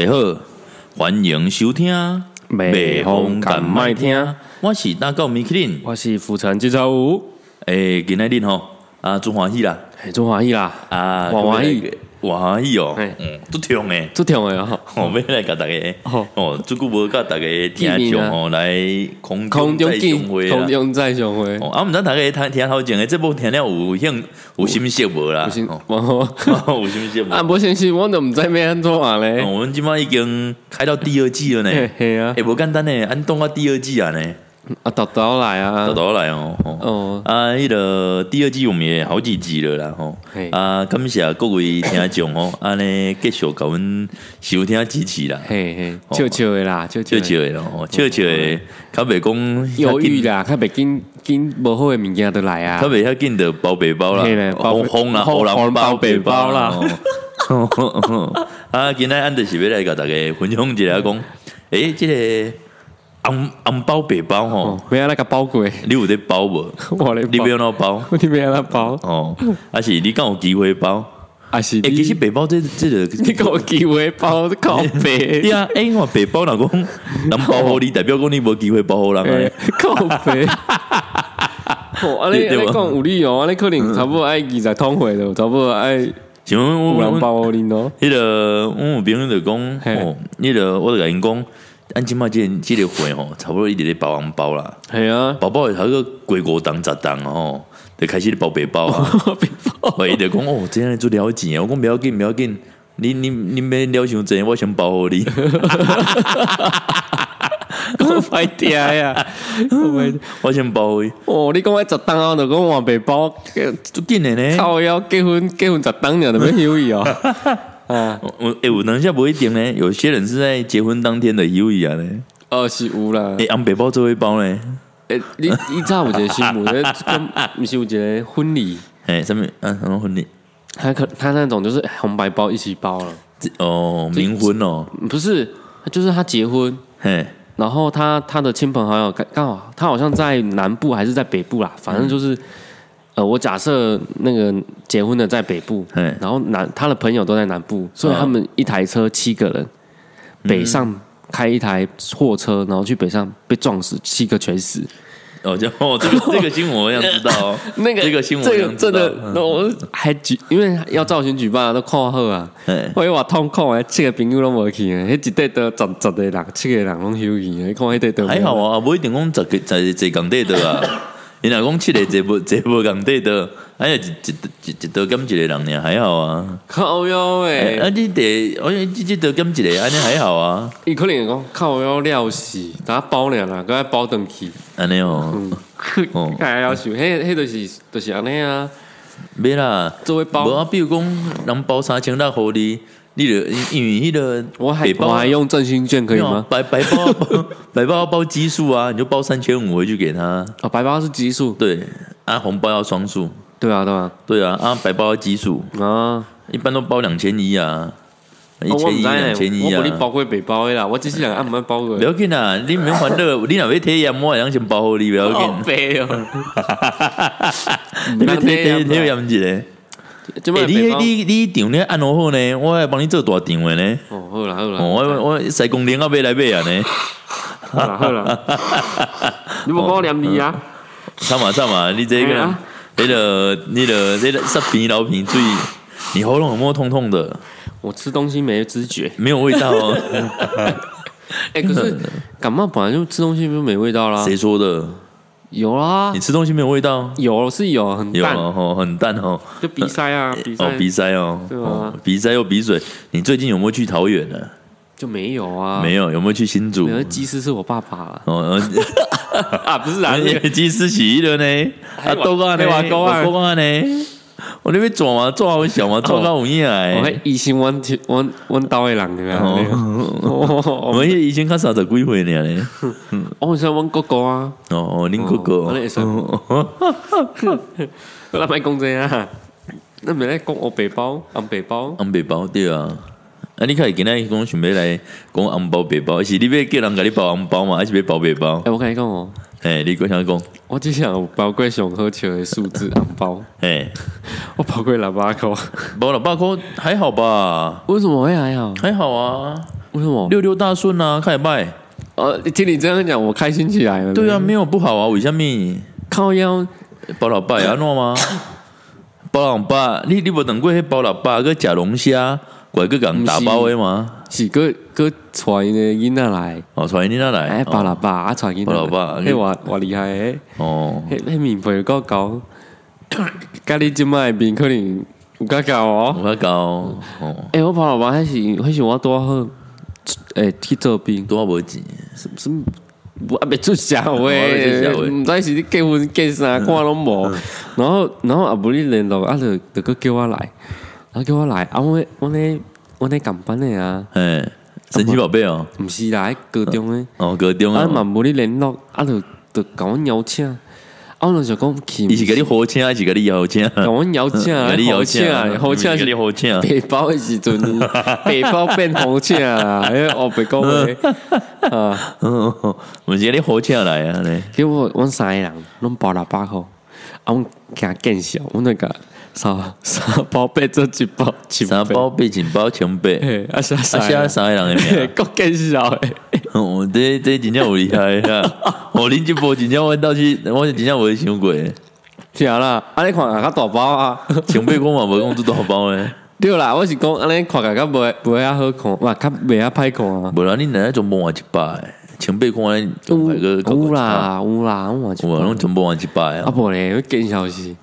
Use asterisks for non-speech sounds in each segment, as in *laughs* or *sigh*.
大家好，欢迎收听《麦风敢麦听》，我是大狗米克林。我是浮城制造五，诶、今仔日吼啊，真欢喜啦嘿，真欢喜啦，啊，我欢喜，我欢喜哦嘿，嗯，都痛诶。足啊痛的吼，我要来甲大家，哦哦，即久无甲大家听见面众啊吼哦来空空中中再见，相会啦空。中再相会，哦，啊，毋知道大家听听头前诶，这部听了有兴有心息无啦不？行哦， *laughs* 然后有心息无？啊，无信息我都毋知要安怎啊哦咧，我们即摆已经开到第二季了呢，嘿嘿啊诶，，无简单呢，安东啊第二季啊呢，啊，豆豆来啊倒，倒来哦。哦哦，啊，迄个第二季我们也好几集了啦吼嘿。啊，感谢各位听众 *laughs* 吼，安尼继续甲阮收听支持啦，嘿嘿，笑笑的啦，笑笑笑笑的，的咯，吼，笑笑的，较袂讲犹豫，啦，较袂紧紧无好的物件都来啊较，袂遐紧的包背包啦嘿咧，包红红啦，红红红人人包包背背包包啦啦。 *laughs* 吼啊，今仔咱就是要来甲大家分享一下嗯讲，诶，即个红红包背包吼哦，，不要那个包鬼，你有咧包 *laughs* 无？我咧你包要，哪包？你不要那包，哦，嗯还是你敢有机会包？啊是欸，其实你，北包这这个，你给我机会包靠对背，啊，哎、欸，我北包老公 *laughs* 能包好你，代表讲你无机会包好人欸啊。靠背。 *laughs* 哦，安尼对对嗯安尼吧讲有理哦，安尼可能差不多爱二十通回的，差不多爱有像我 *laughs* 人我包我恁哦。迄个，我有朋友就讲，嘿哦，迄个我就甲因讲，按即麦即即个会吼，差不多一直咧包红包啦，系啊，包包会头个几五当十当吼，就开始咧包背包 *laughs* 啊。我伊就讲哦，这样做了钱的，我讲不要紧，不要紧，你你你免了伤济，我先包好你。 *laughs* 我歹听呀！我歹听我先包伊， *laughs* 哦，你讲爱十档啊，就讲换背包，足紧的呢。靠腰结婚结婚十档了，就要 *laughs* 休伊哦。啊，我哎、欸，我能下不一定呢。有些人是在结婚当天的优雅呢，哦是有啦哎、。欸，按北包做一包呢，诶，你以前有一个新闻， *laughs* 毋是有一个婚礼，哎、欸，上面啊，什么婚礼？他可他那种就是红白包一起包了，这哦，冥婚哦，不是，就是他结婚，嘿，然后他他的亲朋好友刚刚好，他好像在南部还是在北部啦，反嗯正就是，呃，我假设那个结婚的在北部嘿，哦然后南他的朋友都在南部，所以他们一台车七个人，嗯北上开一台货车，然后去北上被撞死，七个全死。哦，就哦，这个这个新闻我想知道 *laughs* 哦，那个这个新闻我这个想知真道嗯的，那我还举，因为要造型举办啊都看好啊嘿， *laughs* 我以话痛苦啊，七个朋友拢无去啊，迄一队都十十个人，七个人拢休去啊，你看迄队都还好啊，不一定讲十个十十工地的啊，你若讲七个坐无坐无工地的，哎呀，一一一一道减一个人呢，还好啊，靠腰哎、诶啊，。你得，我你一道减一个，安尼还好啊，伊可能会讲靠要料死，打包了啦，搁爱包转去，安尼哦，哦哎要想，迄迄就是就是安尼啊，没啦。做为无包，啊，比如讲，人包三千六互你，你就因为迄个我还北包啊我还用振兴券可以没有啊吗？白白包 *laughs* 包白包要包奇数啊，你就包三千五回去给他。哦，白包是奇数，对，啊，红包要双数。对啊对啊，对啊，啊，白包要奇数，啊，哦一般都包两千一啊，一我毋千知一、两呢，千一我无你啊。包过北包的啦，我 *laughs* 只是人暗捌包过不。要紧啊，你免烦恼， *laughs* 你若要体验，我会当先包互你，不要好紧。肥哦！你要体别这样体体验啊一下。即欸摆你北包你你场咧按好好呢，我会帮你做大场的呢。哦，好啦好哦，啦我我西公林要买来买啊呢。好啦好啦， *laughs* 你无讲我念哦你啊？惨啊惨啊！你这个哎人呀，你的你的你的是鼻老鼻最，你喉咙有没有痛痛的？我吃东西没 *laughs* 知觉，没有味道 *laughs* 哦，哎，可是感冒本来就吃东西就没味道啦，啊谁说的？有啦你，吃东西没有味道？有是有，很有淡，哦，很淡哦，就鼻塞啊，鼻塞、哦鼻塞哦，对啊哦鼻塞又鼻水。你最近有没有去桃园呢？就没有啊，没有，有没有去新竹没？有。技师是我爸 *laughs* 爸啦 *laughs* 哦，啊，不是啊，而那且 *laughs* 个鸡丝洗衣的呢，啊，还有豆干呢，还有豆干豆干呢，我那边转嘛，转好小嘛，转到有影 *laughs* 哦我哎。会疑心阮阮阮兜的人个哦啊。 *laughs* 我我们以前看三十几岁呢嘞。我想阮哥哥啊，哦哦，恁哥哥哦安尼会使 *laughs* 咱莫讲这啊，咱咪咧讲黑白包、红白包，红背包对啊。啊，你看今仔讲想要来讲红包背包，是你要叫人甲你包红包嘛，还是要包背包？哎，我跟你讲哦，哎、你讲啥讲？我只想有包过上好笑的数字红包，哎、我包过喇叭扣，包了包块还好吧，为什么会还好？还好啊。为什么？六六大顺啊，看一拜。呃，听你这样讲，我开心起来了。对啊，，没有不好啊，为什么？靠腰包老爸也安怎吗？包老爸，你你无等过迄包老爸个食龙虾，拐个人打包的吗？是个个传的囡仔来，哦，传你那来，哎，巴拉巴啊，传囡仔来，巴拉巴迄话话厉害诶，哦，迄迄面皮有够 *coughs* 厚，甲你即摆面可能有够厚哦。我搞哦，哎，我巴拉巴迄是迄是我拄好，诶去做兵，多少无钱？什什么我还没出社会还没出社，会毋知是你结婚结啥看拢无。然后然后啊，无你联络啊，就就佫叫我来，然后叫我来啊，我我咧我咧共班诶啊，哎，神奇宝贝哦，毋是啦，迄高中诶。哦，高中啊嘛啊，无咧联络，啊就就甲阮邀请，啊我就想讲去，伊是给你火车，还是给你摇车？甲阮邀请，给你啊摇邀嗯车请，，啊好请啊给嗯你啊是火车。北包的 *laughs* 时阵，北包变好请啊，迄我白 *laughs* 讲话啊，嗯，我是给你火车来啊嘞。结果阮三个人拢包六百箍，啊阮惊见笑，阮就甲三三包变做一包，一三包背景包前背，嘿，啊啥啊，写啥，三个人的名嘿，够见笑 *laughs* 诶，我这这真正有厉害啊！我恁这波真正我倒是，我真正无想过。听啦，啊你看啊较大包啊。前辈我嘛无讲做大包诶，对啦，我是讲安尼看起来较袂袂遐好看，哇，较袂遐歹看啊。无啦，你哪种无换一百诶？前辈看咱两百个搞有，啦有啦，我嘛有就啊，拢全部换一百啊啊，无咧，我见消 *laughs* 息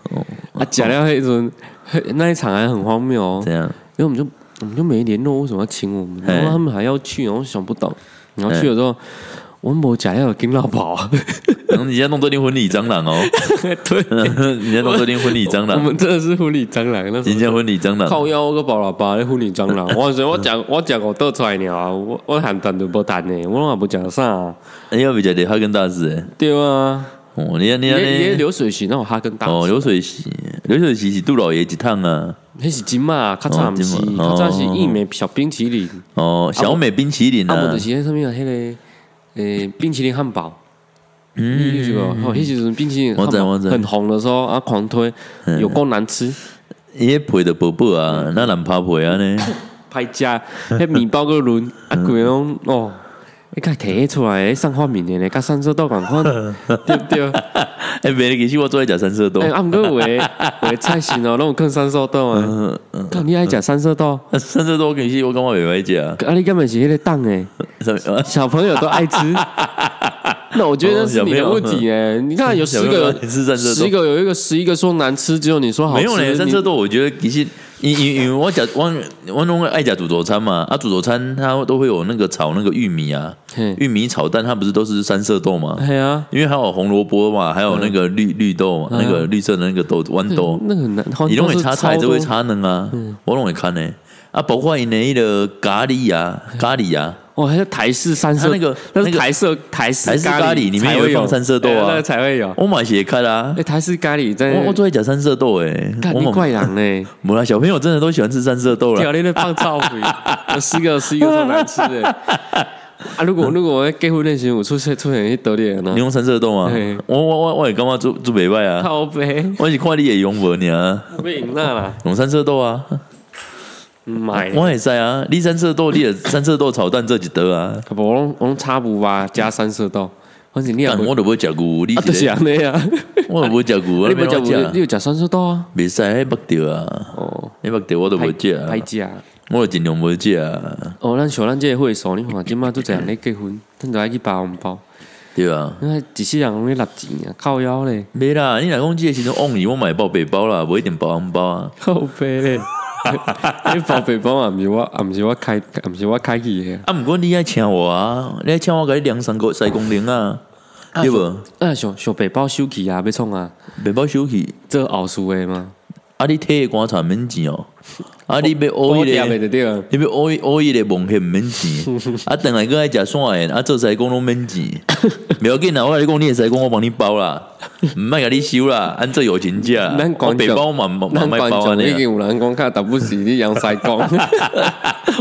啊，食了迄阵迄那一场还很荒谬哦怎，样？因为我们就我们就没联络，为什么要请我们？嘿然后他们还要去，然后我想不懂，然后去了之后，我们无食了跟老跑，然后你家弄做点婚礼蟑螂哦， *laughs* *laughs* 对，你家弄做点婚礼蟑 *laughs* 我螂，们真的是婚礼蟑螂，那时人哦候家婚礼蟑螂，靠腰个包喇叭，那婚礼蟑 *laughs* 螂，我说我讲我讲我倒出来了啊，我我喊单都无单呢，我拢也无讲啥啊，哎要比较得哈根达斯诶，对啊。哦，你看你伊看迄伊迄呢？流水席那有哈根达斯，哦，流水席，流水席是杜老爷一趟啊，迄是金嘛，较早毋是，哦金嘛较早是一枚小冰淇淋，哦，小美冰淇淋啊无啊就，是迄上面迄个诶冰淇淋汉堡，嗯，是无？吼，迄时阵冰淇淋汉我知堡我知嗯很红的时候啊，狂推，有够难吃，伊迄皮的薄薄嗯啊，那难拍皮啊 *laughs* 呢？歹食， *laughs* 迄面包个轮啊，嗯规个拢哦。你看摕迄出来，上画面的咧，甲上色豆 *laughs* 共款，对不对？哎，别，其实我做爱食三色豆哎，，啊，毋过有诶，有诶菜型哦，拢有放三色豆啊。看你爱食三色豆，嗯啊三色豆其实我感觉袂歹食啊。啊，你根本是迄个档诶。什么啊小朋友都爱吃。 *laughs* 那我觉得那是你的问题哎、你看有十哦小朋友个都爱吃战车豆十个有一个十一个说难吃，只有你说好吃。没有嘞，三你色豆我觉得其实，因因因为我讲我我弄爱讲煮佐餐嘛，啊煮佐餐它都会有那个炒那个玉米啊嘿，玉米炒蛋它不是都是三色豆嘛，哎呀，因为还有红萝卜嘛，还有那个嗯绿绿豆嘛，那个绿色的那个豆豌豆，那个很难，你弄会嗯超嗯炒菜就会炒嫩啊，我弄会看呢，啊包括因那个咖喱啊咖喱啊，哦，还是台式三色它那个那是那个台式台式台式咖喱里面才也会会有哎放三色豆啊对那个才会有。我买鞋看啊哎、，台式咖喱在我我最爱讲三色豆诶，看我你嘛怪啊 *laughs* 人嘞，没啦，小朋友真的都喜欢吃三色豆啦调。你在放臭肥，有十个有十一个说难吃的。 *laughs* 啊，如果如果我结婚那时候我出现出现迄道理呢你，用三色豆吗嘿？我我我我也感觉做做袂歹啊，靠背我是看你会用无尔，被赢了啦，用三色豆啊，买。我会使啊，你三色豆，你也三色豆炒蛋做一道啊，无我拢我拢差不吧，加三色豆，反 *laughs* 正你也但无，我都无食牛，你啊，就是是安尼啊，我都无食 *laughs* 牛，你我无食食有，你牛，有食三色豆啊？袂使迄目掉啊，哦，迄目掉我都无食啊，歹食。我就尽量无食啊，哦，咱像咱这个会所，你看即摆都这样咧结婚，咱就爱去包红包，对啊。因为一世人拢咧拿钱啊，靠 *laughs* 腰咧，没啦，你若讲即个时阵旺你，我买包背包啦，无一定包红包啊。靠背 *laughs* 咧。你包背包啊，毋是我，啊毋是我开，啊毋是我开起的。啊，毋过你爱请我啊，你爱请我甲你量三个三公零啊，对无？啊，上上背包收起啊，要创啊，背包收起。做后事的嘛。啊，你体的棺材免钱哦，啊，你要我乌伊点袂的，着对啊，你要乌伊乌伊的梦很免 *laughs* 钱，啊，等来个爱食线的，啊，做西工拢免钱，不要紧啦，我跟你讲，你的西工我帮你包 *laughs* 啦，毋爱甲你收啦，按做友情价啦咱，我观众背包嘛嘛嘛咱卖观包安众尼已啊经，有人讲，较但不是你杨西讲。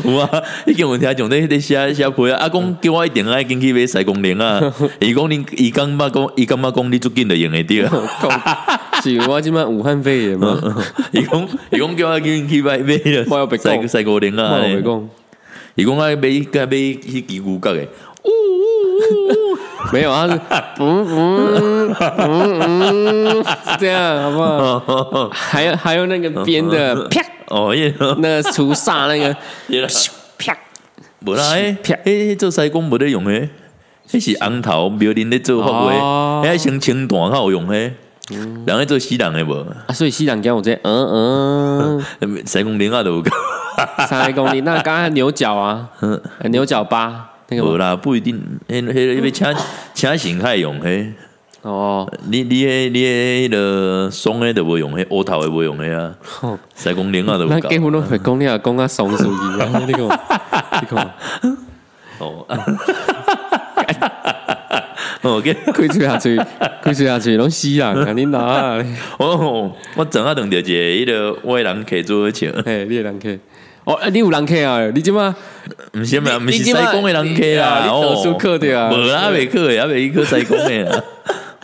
有啊，已经有听众在在写写批啊，啊，讲叫我一定爱紧去买西工零 *laughs* 啊，伊讲恁伊感觉讲伊感觉讲你最紧就用会 *laughs* 着。靠是我即摆武汉肺炎嘛，伊讲伊讲叫我紧去买买了，我有白讲西西工零我啊，袂讲，伊讲爱买该买迄支牛角 *laughs* 诶，没有啊，是嗯嗯嗯嗯，是这样好不好？还有还有那个编的啪，哦， *laughs* 迄个那个除煞那个迄个 *laughs* 咻啪，无啦，迄啪迄做西公无咧用诶，迄是红头庙林咧做法会，哦嗯迄先清单较有用诶，人咧做死人诶无，啊所以西长讲我这嗯西公林啊都有够嗯，三公里，那刚才牛角啊，呃牛角八那个 *laughs* 无吗啦，不一定，迄迄个要嗯请请神较会用诶，哦，你你迄你迄个爽诶都无用，迄乌头诶无用诶啊，西公林啊都哦那有够结。婚都会讲你啊，讲啊松鼠一样，你讲你讲，哦， *laughs* 哦，给开吹下去，开吹下去，拢西人啊，你哪啊？哦，我正啊，等着一个迄个外人客做笑，嘿，你的人客，哦，啊你有人客啊？你即马？毋是嘛，你毋是西贡的人客啦，你你哦你，你倒数去对啊无啦，未去的，啊，未去西贡的啦。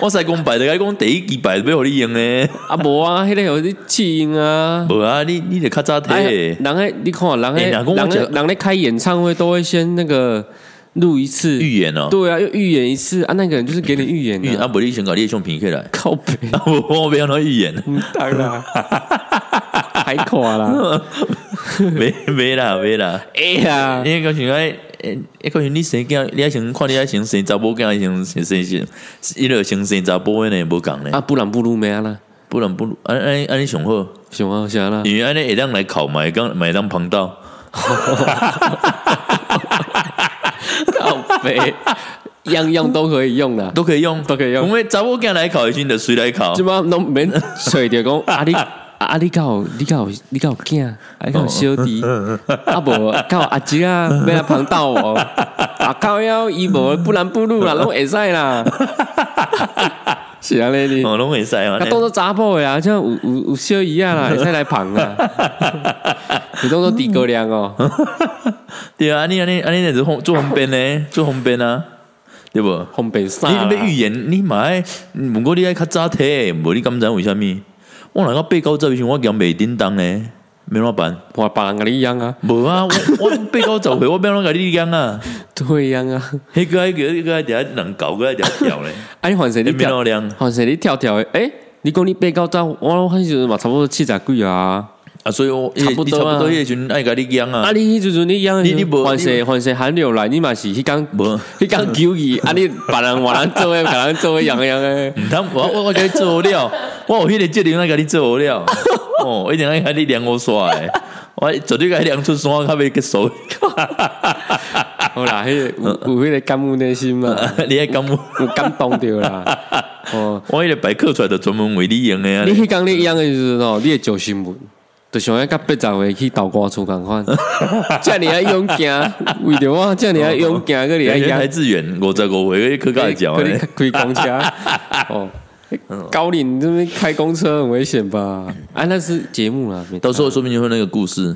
我西贡牌就甲你讲第一期牌要互你用诶，啊，无啊，迄个有啲气音啊。无啊，你你得较早哎，摕。人诶，你看，人诶，哎人若讲我诶，讲人咧开演唱会都会先那个录一次，预言哦，对啊，又预演一次啊，那个人就是给你预演预的，啊，无你先搞你的相片起来靠北，啊，我我不要那预言，当然， *laughs* 还 *laughs* 垮啦，没没啦没啦。哎呀，因为可是爱，诶，可是你生囝，你爱先看你爱先生查某囝，先先生先，伊个先生查甫诶呢，无共呢，啊，不然不如咩啦，不然不如安安安尼上好，想啊 *laughs* 啥啦，因为安尼会当来考嘛，会当嘛会当碰到，靠北，样样都可以用啦，都可以用，都可以用因为查某囝来考，阵就谁来考即？马拢 *laughs* 免揣着讲啊你啊你敢有你敢有你敢有囝，啊你敢有小哦弟，嗯啊无敢有阿叔啊，要来旁斗哦，啊靠腰伊无不然不入啦，拢会使啦，是安尼哩。哦，拢会使啊啊，，当做查某的啊，像有有有小姨啊啦，会使来旁啊。你当做诸葛亮哦，嗯对啊，安尼安尼安尼就是做红边呢，做红边啊，对无？烘焙你啥？你要预言，你嘛爱，毋过你爱较早提，无你敢知为虾米？我若到八九十以前，我惊袂叮当呢，要怎办？我别人甲你养 *laughs* 啊，无啊，我我八九十岁，我变拢甲你讲啊，对养啊。迄个迄个迄个伫遐人搞个伫遐跳咧，啊，你换谁你你变跳老亮好势你跳跳的，诶、你讲你爬到这，我迄时阵嘛差不多七十几啊。啊，所以我差不多啊你差不多迄个时阵爱甲你讲啊，啊，你迄时阵你养，你你无凡是凡是寒流来，你嘛是迄工 *laughs* 无。迄工球伊，啊你别人别人做诶，别人 *laughs* 做诶，样样诶。毋通我我我甲你做好 *laughs* 了，我有迄个责任爱甲你做好了。哦，我一定爱甲你量我煞诶，我绝对甲你量出山，较袂结束。 *laughs* 好啦，迄、嗯个有有迄个感恩的心嘛， *laughs* 你爱感我，有感动 *laughs* 着啦。哦，我迄个白课出来就专门为你用诶啊你。迄工你养诶时阵吼，你会上新闻，就想要甲八十岁去倒瓜厝 *laughs* 共款。遮尔啊勇敢，为着我遮尔啊勇敢，个你啊感觉养台。志远五十五岁，去到会鸟可以诶。可以开公车 *laughs* 哦。嗯高岭这边开公车很危险吧？啊，那是节目啦，没到时候说不定就会那个故事，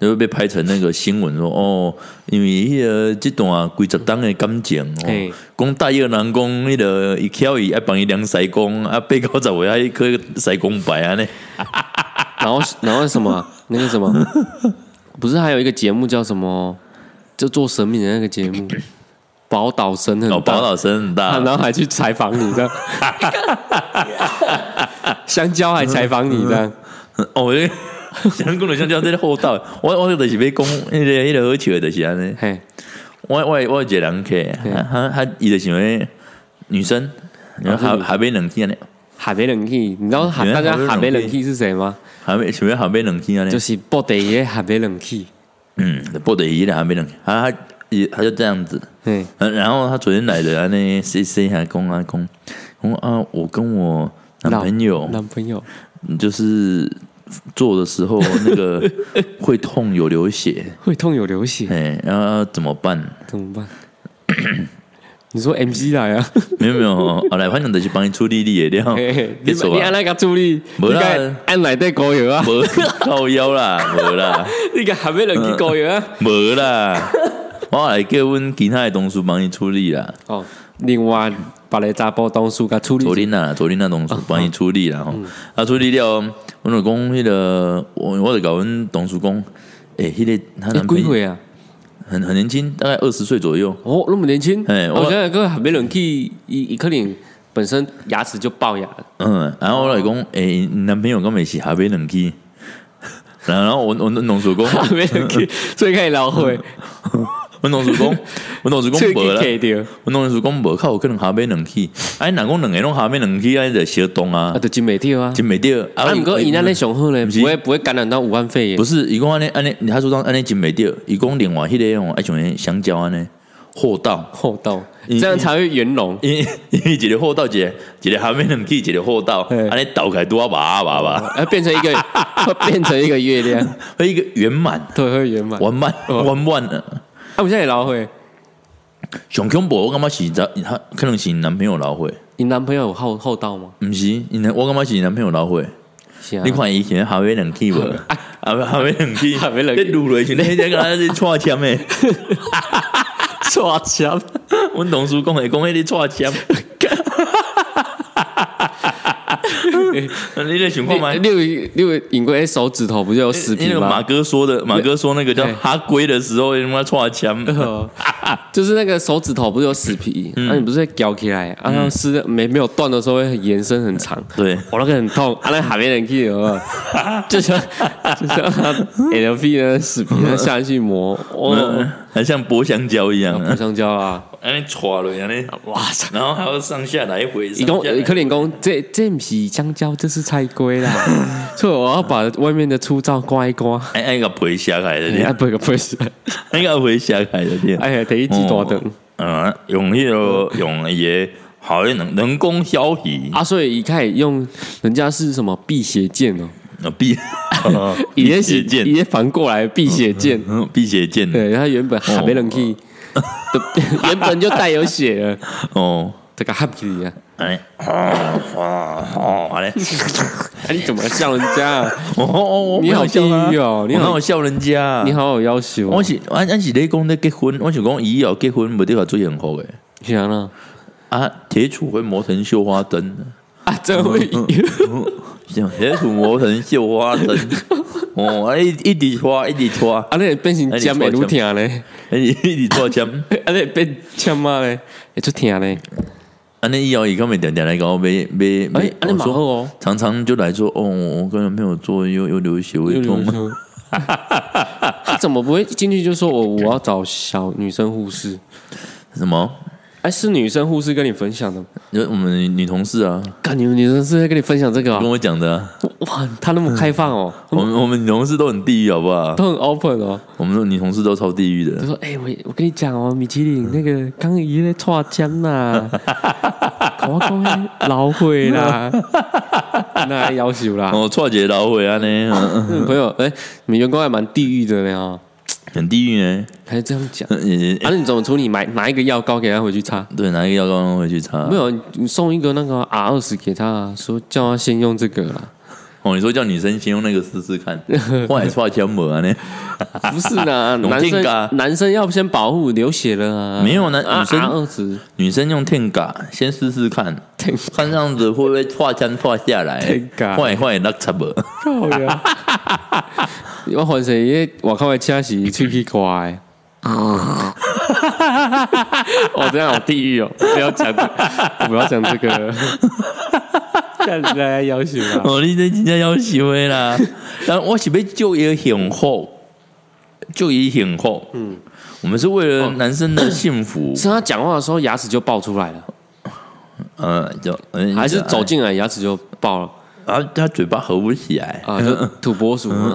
就会被拍成那个新闻说哦，因为迄个这段啊，几十档的感情嘿哦，讲大叶人讲迄个伊翘伊爱帮伊量西公啊，被告十岁啊，伊去西公牌啊呢，然后然后什么那个 *laughs* 什么，不是还有一个节目叫什么？就做神秘的那个节目，宝岛神很大哦，宝岛声很啊大，然后还去采访你 *laughs* 这样，香蕉还采访你这样，哦，我 *laughs* 想讲的像叫这个厚道，我我就是被讲迄个迄个好笑的就是安尼，嘿，我我我有一个人客，他他他伊就是为女生，啊然后还还被冷气呢，海北冷气，你知道海原大来家海海北北冷气冷气是谁吗？还被想要还被冷气啊呢就。是布袋爷海北冷气，嗯，不得已的还没人，他他也他就这样子。嘿，呃然后他昨天来的，那谁谁还公啊公，公啊，我跟我男朋友男朋友，就是做的时候那 *laughs* 个会痛有流血，会痛有流血。哎，然后要怎么办？怎么办？ *coughs* 你说 MC 来 *laughs* 啊？没有没有，啊来反正就是帮你处理你的料，嘿你结束你啊按，那个助理，没你啦该按内底膏药啊？无靠腰啦，无啦， *laughs* 你该还没人去膏药啊？无啦，我来叫阮其他的同事帮你处理啦。哦，另外把那查甫当事甲处昨理，天呐，昨天那同事帮伊处理啦吼，嗯啊处理了，阮老欸公迄个，我我就甲阮同事讲，诶，迄个他你男朋欸几友岁啊？很很年轻，大概二十岁左右。哦，那么年轻，哎我我觉得个还没人去，伊伊可能本身牙齿就 *laughs* 龅牙了，嗯，然后我老公，哦诶、你男朋友跟美琪还没冷气， *laughs* 然后我我农叔公，还没人嗯去，所以可以老会， *laughs* 我农叔公，嗯我农叔公所以无 *laughs* 啦，去 K 到我农叔公无，靠，有可能下边冷气，哎，若讲两个拢下边冷气，哎，就小动啊啊，，就真袂掉啊。真袂着。啊，毋过伊那咧咧上好咧，哎不是不会不会感染到武汉肺炎不。是，伊讲安尼安尼，他说当安尼真袂着，伊讲另外迄个用爱像那香蕉安尼货到。厚道，这样才会圆融。因为 *laughs* 因为一个货到，一个一个下面冷气，一个货到，嘿安尼倒开拄啊麻麻麻，要呃变成一个， *laughs* 会变成一个月亮，迄一个圆满对，会圆满。啊，啊完满完满了。我们现在也老会，上恐怖，我感觉是她，她可能是你男朋友老会，你男朋友有厚厚道吗？毋是，你男我感觉是你男朋友老会。是啊啊你，看以前下尾冷气无，下尾下尾冷气，下尾冷你气撸落去，你在敢若是串签诶。刷墙，阮同事讲诶，讲迄个串 *laughs* 签。你咧想看吗？六六引过手指头不就有死那皮个马吗？哥说的，马哥说那个叫哈龟的时候，他妈串签。哦 *laughs* 就是那个手指头不是有死皮，嗯啊那你不是会绞起来？啊，那撕的没没有断的时候会很延伸很长，对，我那个很痛，啊，那还没人去哦，就像就像 L P 呢死皮呢下去 *laughs* 磨，嗯哦，呃还像剥香蕉一样，不香蕉啊，安尼串落，安尼，哇塞！然后还要上下来回。伊上讲下来可能讲，这这不是香蕉，这是菜龟啦。所以我要把外面的粗糙刮一刮，哎哎个陪下来的哎店呀，，不个不是，哎个陪下来的店，哎呀，第一集大灯嗯，用迄个用也好像人人工消息啊，所以一开始用人家是什么辟邪剑哦，啊，避伊邪也是剑伊也反过来辟邪剑，嗯辟邪剑对，他原本还没人去， *laughs* 都原本就带有血了，哦，这个哈皮啊，哎哦哦，好嘞，啊你怎么笑人家啊？哦哦，你好地狱哦，哦，你你好好笑人家，你，好有要求我哦，是俺俺是咧讲咧结婚，我想讲以后结婚无得个做幸福诶行了啊，铁杵会磨成绣花针的。啊，真会。像铁杵磨成绣花针，哦，啊一一直拖，一直拖， *laughs* 啊，你会变成尖会愈疼咧，一直一直拖针。 *laughs* 啊，你会变尖啊咧，会出疼咧。安尼以后伊敢会定定来搞，没没哎没，安尼我嘛好说哦，常常就来说哦，我跟男朋友做又又流血又胃流痛，血。 *laughs* 他怎么不会进去就说我我要找小女生护士？ *laughs* 什么？哎，是女生护士跟你分享的？就我们女女同事啊，感觉女生是在跟你分享这个、跟啊？我讲的啊，哇，她那么开放哦，我们我们女同事都很地狱，好不好？都很 open 哦。我们女同事都超地狱她的，说：“哎、我我跟你讲哦，米其林那个刚姨在串江 *laughs* 啦，我讲老会啦，那还要求啦。哦，错姐老悔啊呢，那个朋友，哎、你们员工还蛮地狱的呢哦，很地狱呢。还这样讲。”也哎啊，那你怎么处理？买拿一个药膏给他回去擦？对，拿一个药膏让我回去擦没。有，你送一个那个 R 二十给他啊，说叫他先用这个 *laughs* 啦。哦，你说叫女生先用那个试试看， *laughs* 我也错枪抹啊呢。不是啦，冷男静啊生男生要先保护，流血了啊。没有呢啊女生，R *laughs* 二十女生用 Tenga 先试试看，看这样子会不 *laughs* 会画枪画下来 *laughs* Tenga 哎换一换也落差无。靠呀！我反正也我靠，车是吹气瓜的。 *laughs* 哦，这样好地狱哦！不要讲， *laughs* 不要讲这个，这样子来要求 *laughs* 啊。哦，你这真正要收的 *laughs* 啦！但我是要救伊幸福，救伊幸福。嗯，我们是为了男生的幸福， *coughs* 是他讲话的时候牙齿就爆出来了，呃，就嗯还是走进来牙齿就爆了？啊，他嘴巴合不起来，啊，就土拨鼠嘛，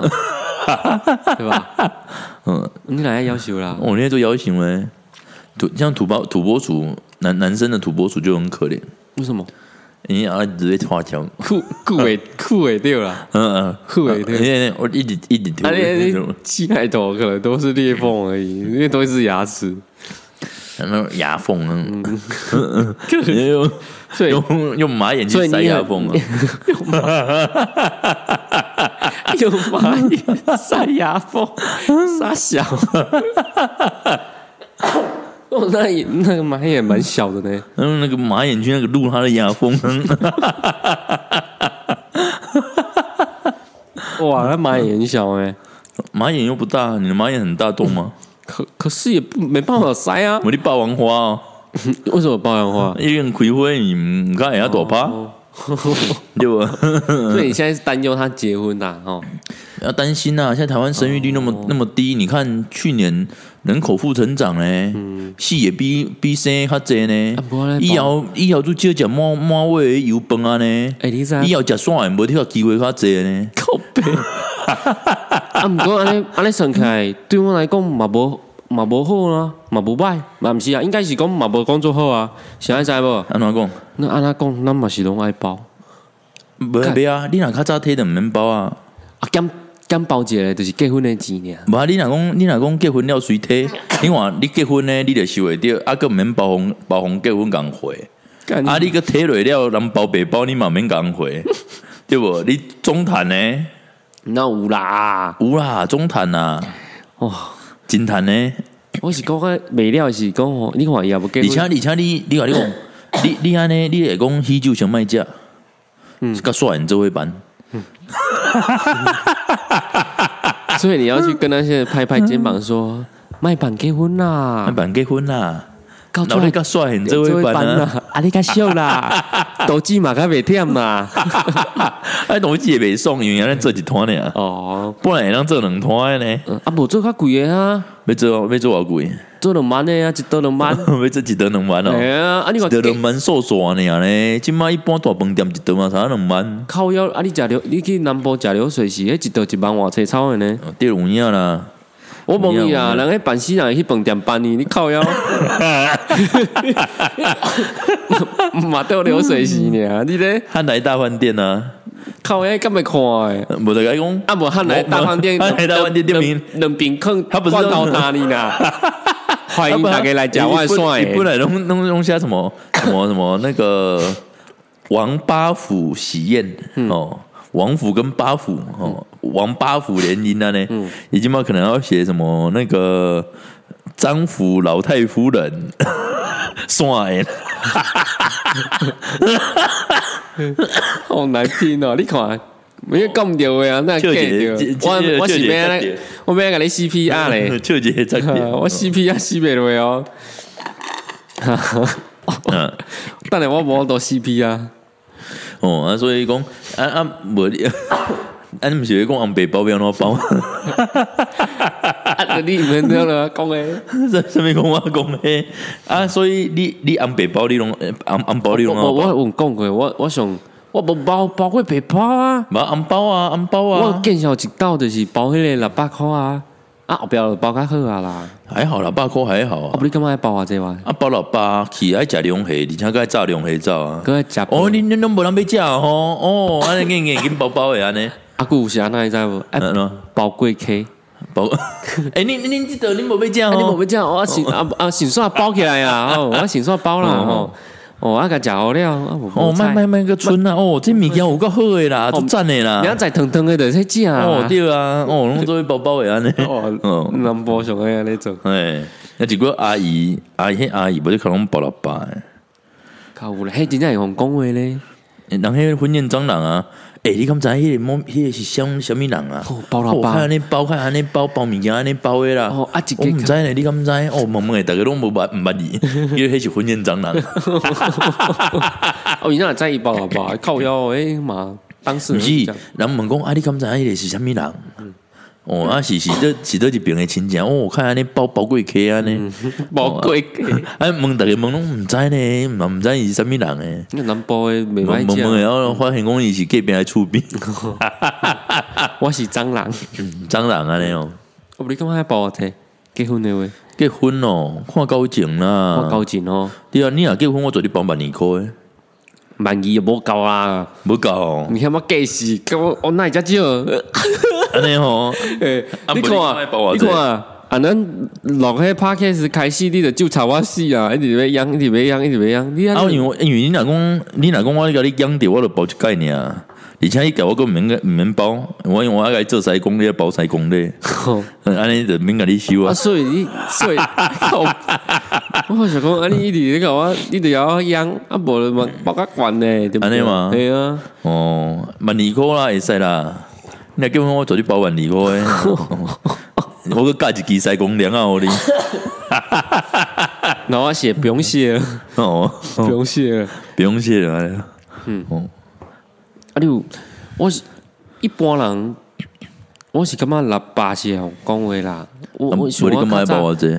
对吧？嗯，你哪来要求啦？我那天做邀请喂，土像土包土拨鼠，男男生的土拨鼠就很可怜，为什么？因为啊直接花枪， *laughs* 酷酷尾酷尾掉啦，嗯嗯，酷欸对因为我一直一直丢啊，你那你种，鸡奶头可能都是裂缝而已，因为都是牙齿，那种牙缝， *laughs* 嗯，用所以用用马眼所去以塞你牙 *laughs* 缝啊，啊，有蚂蚁塞牙缝，傻小。哦，那也那个蚂蚁也蛮小的呢，然后那个马眼去那个露他的牙 *laughs* 缝，哇，那蚂蚁很小哎，马眼又不大，你的马眼很大洞吗？可可是也不没办法塞啊。我你霸王花哦，为什么爆洋花？哦一个人开会，你唔看人家躲趴，对不？所以你现在是担忧他结婚呐、哦，要担心呐、啊！现在台湾生育率那么、那么低，你看去年人口负成长呢，死也比比生较济呢嗯啊不然咧。以后以后就少食满满位的油饭啊呢，哎、你知影以后食酸的无跳机会较济呢。靠背。 *laughs* 啊，毋过安尼安尼算起来，对我来讲嘛无嘛无好啊，嘛无歹，嘛毋是啊，应该是讲嘛无工作好啊，是安尼知无？安怎讲？那安那讲，咱嘛是拢爱包，不啊不啊，你若较早提就毋免包啊。啊减减包一个就是结婚的钱尔。无啊，你若讲你若讲结婚了随体，你看你结婚呢，你就收会着，啊，个毋免包红包红结婚共回。啊，你个体落了，人包白包，你嘛免共 *laughs* 回，对无？你中谈呢？那有啦，有啦，中谈啦，哇、哦真谈呢？我是讲个未了是讲吼，你看伊也无结而且婚，而且你你甲你 *coughs* 讲，你你安尼，你会讲喜酒先卖食，嗯，啊甲煞人做伙办，所以你要去跟那些人拍拍肩膀说，卖办结婚啊啦，办结婚啦，到然后你甲煞人啊做伙办啊，，啊你较笑啦， *laughs* 投资嘛较袂忝啦，啊，同志也袂爽，因为咱做一摊尔，哦，不然会当做两摊的呢，嗯啊无做较贵的啊，要做要做偌贵，做两万的啊，一刀两 *laughs* 万，要做一顿两万哎哦。呀，啊你一顿讲两万素素尔呢，即摆一般大饭店一顿嘛，差不多两万，靠腰啊你食流，你去南部食流水席，迄一刀一万外菜草的呢，哦对有影啦。我问你啊，有影有影人迄办死人去饭店办你，你靠腰，嘛都流水席尔，你咧汉来大饭店啊，靠腰敢会看诶？呃无得甲伊讲，啊，无汉来大饭店，汉来大饭店店名两，两饼坑，他不是罐头打你啦。欢啊迎哎大家来讲外帅哎不然弄弄弄些什么什么什么那个王八府喜宴嗯哦，王府跟八府哦，王八府联姻啊呢，嗯已经嘛可能要写什么那个张府老太夫人 *laughs* 算的好难听哦！你看，没有讲对的啊，那笑 get 姐这这我我这是这这，要来，我要来给你 CPR 啊 *laughs* 嘞就这张啊脸， *laughs* 我 CPR 死袂落哦。 *laughs* 嗯等下我无多 CPR， *laughs* 哦，啊所以讲啊啊无你。啊！你毋是会讲红白包要安怎包？ *laughs* 啊，你们对了讲诶，这上面讲我讲诶啊，所以你你红白包你拢呃红红包你我拢我我有讲过，我我想我无包包过白包啊，嘛红包啊，红包我啊，见晓一道就是包迄个六百箍啊，啊后壁就包较好啊啦，啊还好啦，百箍还好啊不。你感觉爱包偌济哇？啊，包老爸去爱食龙虾，而且还炸龙虾走啊。搁爱食饭哦，你你拢无人要食哦，哦，安尼硬硬紧包包的安尼，啊，佫有啥那你知无？啊，安喏包过 K， *laughs* 包。哎诶，恁恁即道恁无要食啊，你无哦，要这样，我先啊啊，先算包起来啊，哦，我先算包啦，哦，哦，啊，甲食好了，啊，无哦哦，卖卖，卖个春啊，哦，这物件有够好诶啦，足赞诶啦你。要再腾腾的就是食啊，哦，，对啊，哦，拢做为包包的安尼。 *laughs* 哦， *laughs* 哦，南部上个安尼做，哎，那一个阿姨，阿姨，那阿姨，无就可能包老爸诶。靠有啦，迄真正用讲话咧，人迄个婚宴蟑螂啊，诶、你敢知迄个某迄个是什什物人啊？哦包老板看安尼包，看安尼包包物件安尼包的啦。哦啊一个嗯我毋知呢，你敢知？哦，问问诶，逐个拢无捌毋捌你，因为迄是婚宴蟑螂。啊 *laughs* 哦，伊那在伊包老包，靠腰诶嘛，当事毋人是这样，人问讲啊，你敢知迄个是什物人？嗯哦，啊是是这是这一边的亲戚哦，我看安尼包包过客安嗯尼，包过 K，啊问逐个问拢毋知呢，嘛毋知伊是啥物人诶。那南部诶问袂问歹问，食，然后发现讲伊是隔壁的厝边我是蟑螂，蟑螂安尼哦，我不你感觉爱包偌济？结婚的话，结婚哦，看交情啦，我交钱哦，对啊，你若结婚，我做你帮万二箍诶，万二也无够啊。无够哦，你看我计时，跟我我那遮少。安尼吼，欸啊你不看然你看要包啊，偌你济看啊，啊咱落迄 p a r k 开始，你就就吵我死啊，一直要养，一直要养，一直要养。你啊，啊，因为因为你若讲，你若讲，我甲你养着，我就包一概念啊。而且伊甲我个毋免毋免包，我因为我甲伊做西工咧，包西工咧，嗯安尼就免甲你收啊，啊。所以你所以，靠我想讲，啊，你一直在搞我，你就要养，啊，无就嘛包较悬咧，对不对？安尼嘛对啊， *laughs* 哦，万二箍啦，会使啦。你若结婚，我做你包万二箍诶。我个加一支西公粮啊，我哩然后我写不用谢了，哦，不用谢 *laughs* 了。不用谢了，嗯，哦，啊，你有我是一般人，我是感觉六八是好讲话啦。我我我想啊你干嘛较要早包我这？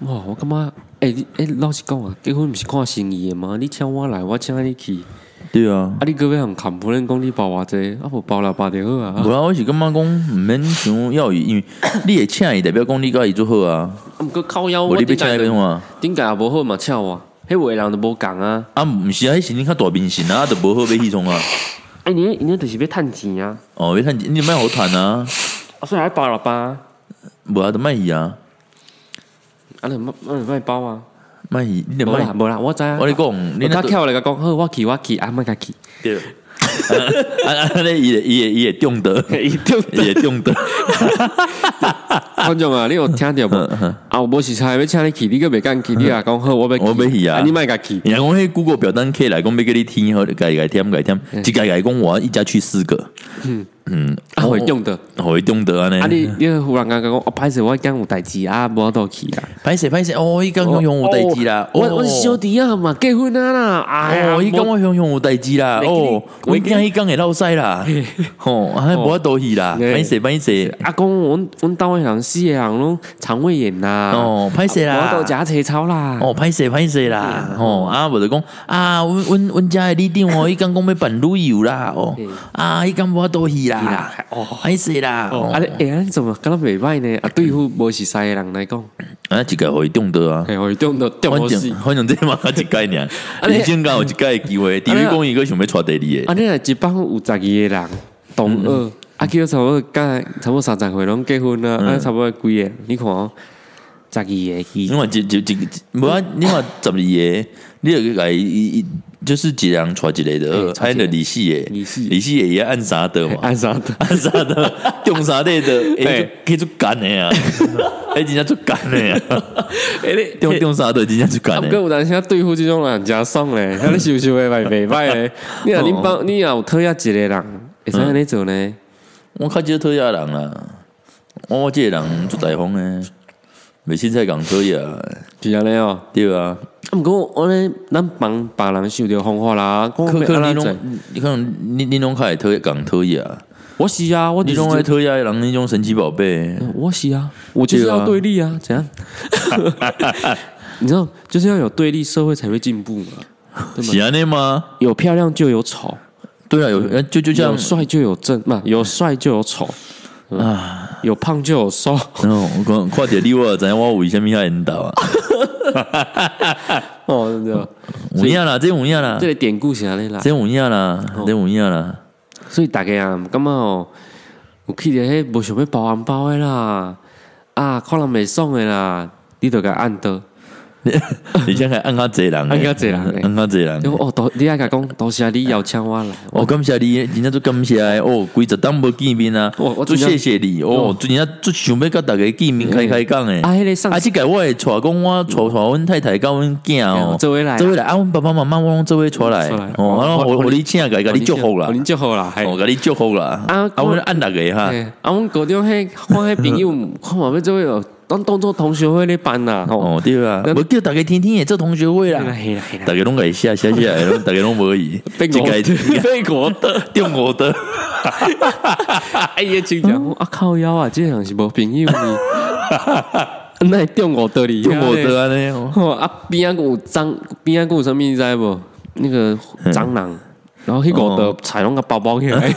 哇，我感觉诶你诶，老实讲啊，结婚毋是看生意的吗？你请我来，我请你去，啊，对啊，你搁要互砍不能讲你包偌济，啊，无包六八就好啊无。啊，我是感觉讲毋免想要伊，因为你会请伊代表讲你甲伊做好啊，啊，毋过靠腰，无我你要顶请伊啊界变就怎？顶界也无好嘛，请我，迄话人就无共啊。啊，毋是啊，迄时你较大面神啊，都无好要去创啊。哎，你你就是要趁钱啊，哦，要趁钱你莫好趁啊，啊，所以还包六八啊，无啊，就莫伊啊，啊，你莫啊你莫包啊。莫伊，你就无莫。啦无啦，我知啊。我跟你讲你你那他都跳来个讲，好，我去我去，阿妈甲 *laughs* 去，对。啊啊！那伊会伊会伊会中得， *laughs* 伊跳伊会中得。观众啊，你有听 *laughs* 着无？嗯啊，我无是差要请你去，你个袂敢去，你啊讲好，我要我要去啊你莫甲去。人家讲迄 Google 表单起来讲要叫你听，好，改改添改添，嗯一改改讲我要一家去四个。嗯啊，会用的。嗯，会中得啊啊，呢？你你忽然间讲，哦，歹势，我今有代志啊，无度去啦。歹势歹势，哦，伊讲我熊熊有代志啦，我哦我小弟啊嘛，结婚啊啦，哎呀，哦，伊讲我我熊熊有代志啦，袂记你哦，我今伊讲会闹屎啦，吼，啊，无法度去啦，嘿歹势歹势，阿公，阮阮兜诶人四个人拢肠胃炎啦，哦，歹势啦，我到食车草啦，哦，歹势歹势啦，吼、啊，无就讲啊，阮阮阮遮的里长 *laughs* 哦，伊讲讲要办旅游啦，哦，啊，伊讲无多去啦，哦，歹势啦，哦，啊，你哎，你怎么敢若袂歹呢？啊，对付无是西诶人来讲，啊，一届互伊中到啊，哎，我中到中反到死正。反正这嘛一届 *laughs* 尔，啊你人生敢有一届机会，除非讲伊个想要娶第二啊，个，你若一班有十二个人，同二，啊，叫差不多甲差不多三十岁拢结婚啦，啊，差不多几个，你看哦，十二个去你，看一一一一无啊，你看十二个，你就来伊伊就是一人娶一个的，还有二四个，二四二四个也按啥的嘛。按啥的？按啥的， *laughs* 用啥类的，哎哎，可以做干的 *laughs* 呀，哎，真正做干的呀。哎，你用用啥的，真正是啊，干不过的。有当时啊对付即种人诚爽咧，遐你收收诶，袂袂歹 *laughs* 咧。你若恁帮，你若有讨厌一个人，会使安尼做呢？我较少讨厌人啦，我我这个人做台风诶，袂凊彩讲讨厌啊，是安尼哦。对啊。啊，毋过我咧，咱帮别人想着方法啦，讲可可要能你安怎做拢，你可能你你拢较会讨厌讲讨厌啊，我是啊，我你就是拢爱这讨厌人，你种神奇宝贝，我是啊，我就是对啊要对立啊，怎样？ *laughs* 你知道，就是要有对立，社会才会进步嘛。是安尼吗？有漂亮就有丑，对啊，有呃就就这样有。帅就有正，嘛，有帅就有丑啊，有胖就有瘦。然后哦我看看着你我就知影我为虾米遐引导啊？ *laughs* 哦，真的，有影啦，这有影啦 *laughs* 这，个典故是安尼啦这。有影啦，哦这有影啦。所以大家啊，感觉哦，有去着迄无想要包红包的啦，啊，看人袂爽的啦，你就甲按倒。而且还按较济人的，按较济人的按较济人的就。哦，都你爱甲讲，多谢你邀请我来，哦，感谢你，真正做感谢的哦，规十当无见面啊，我我做真正谢谢你哦，真正做想要甲大家见面开开讲诶。啊，迄个上啊，即个我会带讲我带带阮太太甲阮囝哦嗯，做伙来啊做伙来啊，阮爸爸妈妈我拢做伙出来出来，哦，哦啊，我我我我你请个，甲你祝福啦哦，恁祝福啦，嘿。哦，甲你祝福啦，啊啊，哎阮按六个哈，嘿啊，阮高中迄看迄朋 *laughs* 友，看嘛要做伙哦，当当做同学会咧办啦，吼。哦，对啊，咱无叫大家天天会做同学会嘿啦啦，嘿啦嘿啦，大家拢甲伊写写写， *laughs* 大家拢无伊，被这我个 *laughs* 被我的，中我 *laughs* 的，哎呀，真正我啊靠腰啊，这样是无朋友 *laughs* 呢。那会中我的哩，中我的安尼哦。吼啊边啊还有蟑边啊还有啥物你知无？那个嗯蟑螂，然后迄个哦的采用个包包 *laughs* 起来，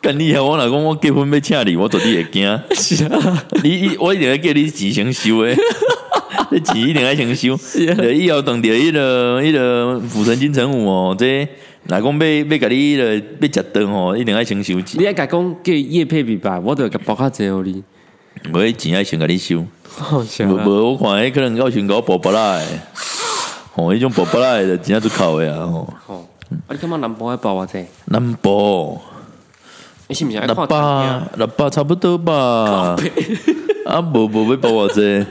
干你啊！我若讲我结婚要请你，我绝对会惊。是啊，你我一定会叫你钱先收诶， *laughs* 这钱一定爱先收。就以后等着迄个迄个府城金城武哦，这若讲要要甲你迄个要食顿吼，一定爱先收钱，你爱甲讲叫伊叶配比吧，我得甲包较济互你。啊无迄钱爱先甲你收。好笑无无我看迄可能到先搞薄薄啦诶，吼，哦迄种薄薄啦诶，就真正出口诶啊吼。吼，啊你感觉南部爱包偌济？南部你是毋是爱六看啊电影？啊百六百差不多吧，啊无无要包偌济，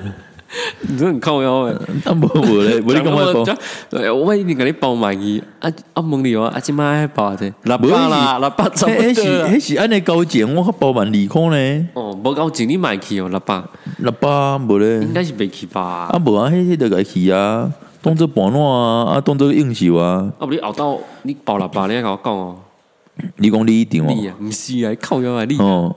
你真的很靠腰哎。啊，无无咧，无你讲我讲，讲，我一定给你包满意。啊啊，问你哦，啊，今麦包者，六不是百啦，六百差不迄多哎是啦。迄是安尼交钱，我较包万二箍呢，哦，无够钱你买去哦，六百六百无咧应。该是袂去吧？啊，无啊，迄迄著家去啊，当做盘烂啊，啊，当做应酬啊。啊，不你后头你包六百，你还甲我讲哦，你讲你一定你哦，啊，毋是啊，靠腰啊，你哦，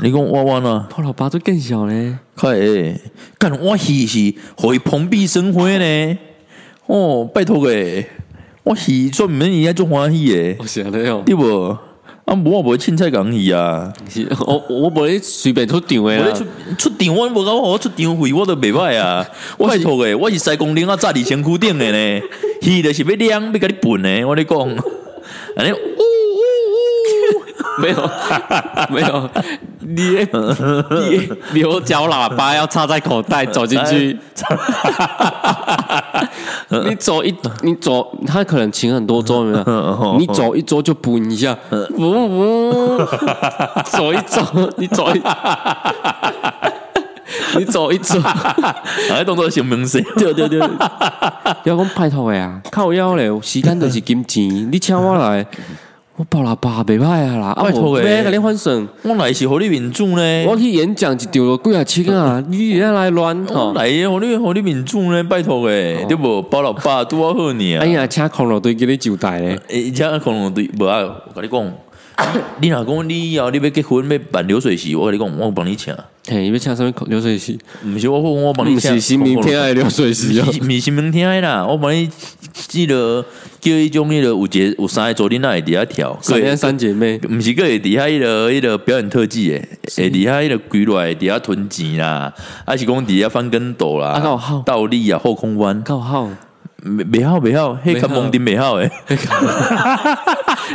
你讲我我呢，包六百都更小咧。快诶，干我是是互伊蓬荜生辉呢。哦，拜托诶，我是做毋免伊遐足欢喜诶，我是安尼哦，对无？啊，无我无凊彩讲伊啊。是 *laughs* 我我无咧随便出场诶我咧啦。出出场，我无搞我出场费，我都袂歹啊！ *laughs* 我拜托诶，我是西公岭啊，炸伫身躯顶诶呢，伊就是要亮，要甲你分诶，我咧 *laughs* 讲，安尼呜嗯呜呜，没有，没有，你你牛角喇叭要插在口袋走进去， *laughs* 你走一你走，他可能请很多桌没有，你走一桌就补一下，不不， *laughs* 走一走，你走一， *laughs* 你走一走，啊，当做小明星， *laughs* 对对对，不要讲拜托的啊，靠腰嘞，时间就是金 *laughs* 钱，你请我来。我包喇叭袂歹啊啦，啊拜托的哎我要甲你换算，我来是互你面子呢，我去演讲一丢了几啊千 *laughs* 啊，你来来乱我吼！来啊互你互你面子呢，拜托诶，对无包老爸拄我好你啊哦哎，呀，请恐龙队给你招 *laughs* 待咧，诶，遮恐龙对无啊？我甲你讲。 *coughs* 你若讲你以后你要结婚要办流水席，我甲你讲，我帮你请，嘿，要请什么流水席？毋是我讲我帮你不请。是新明天的 *laughs* 流水席哦毋，是毋是明天的啦，我帮你记得叫迄种迄个有一个有三个昨天那会伫遐跳，闪亮三姐妹，毋是个会伫遐迄个迄个表演特技诶，会伫遐迄个跪落来伫遐吞钱啦，还是讲伫遐翻跟斗啦啊够好，倒立啊后空翻，靠好，袂袂晓袂晓，迄个蒙丁袂晓诶，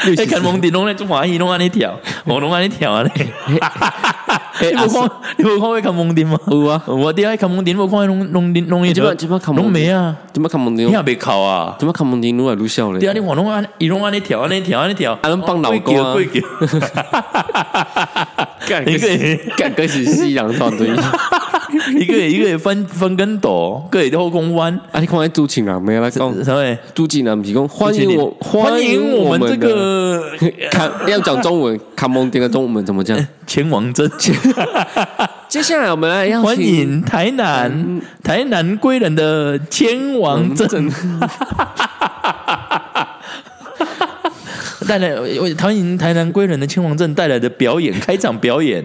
迄个蒙丁拢咧做欢喜拢安尼 *laughs* 跳，我拢安尼跳安尼，哎你无看你无看迄个蒙丁吗？有啊，我伫遐看蒙丁，我看迄拢拢拢拢即摆即摆看拢蒙丁没啊，怎么看蒙你丁也？袂哭啊。怎么看蒙丁愈来愈笑对啊，咧？你看拢安，伊拢安尼跳，安尼跳，安尼跳，哦啊咱放老歌啊跪叫跪干 *laughs* 叫一个个会 *laughs* 干个是西洋团 *laughs* 队，啊！一个会一个会翻翻跟斗，个会后空翻，你看那朱庆南没来讲，啥物？朱庆啊南不是讲哦欢迎我欢迎我我们这的个 *laughs* 看要讲中 *laughs* 文，看蒙丁的中文怎么讲？ *laughs* 前王真，接下来我们来要欢请嗯迎台南台南归人的千王真。 *laughs* 带来为唐迎台南归人的千王镇带来的表演，开场表 *laughs* 演，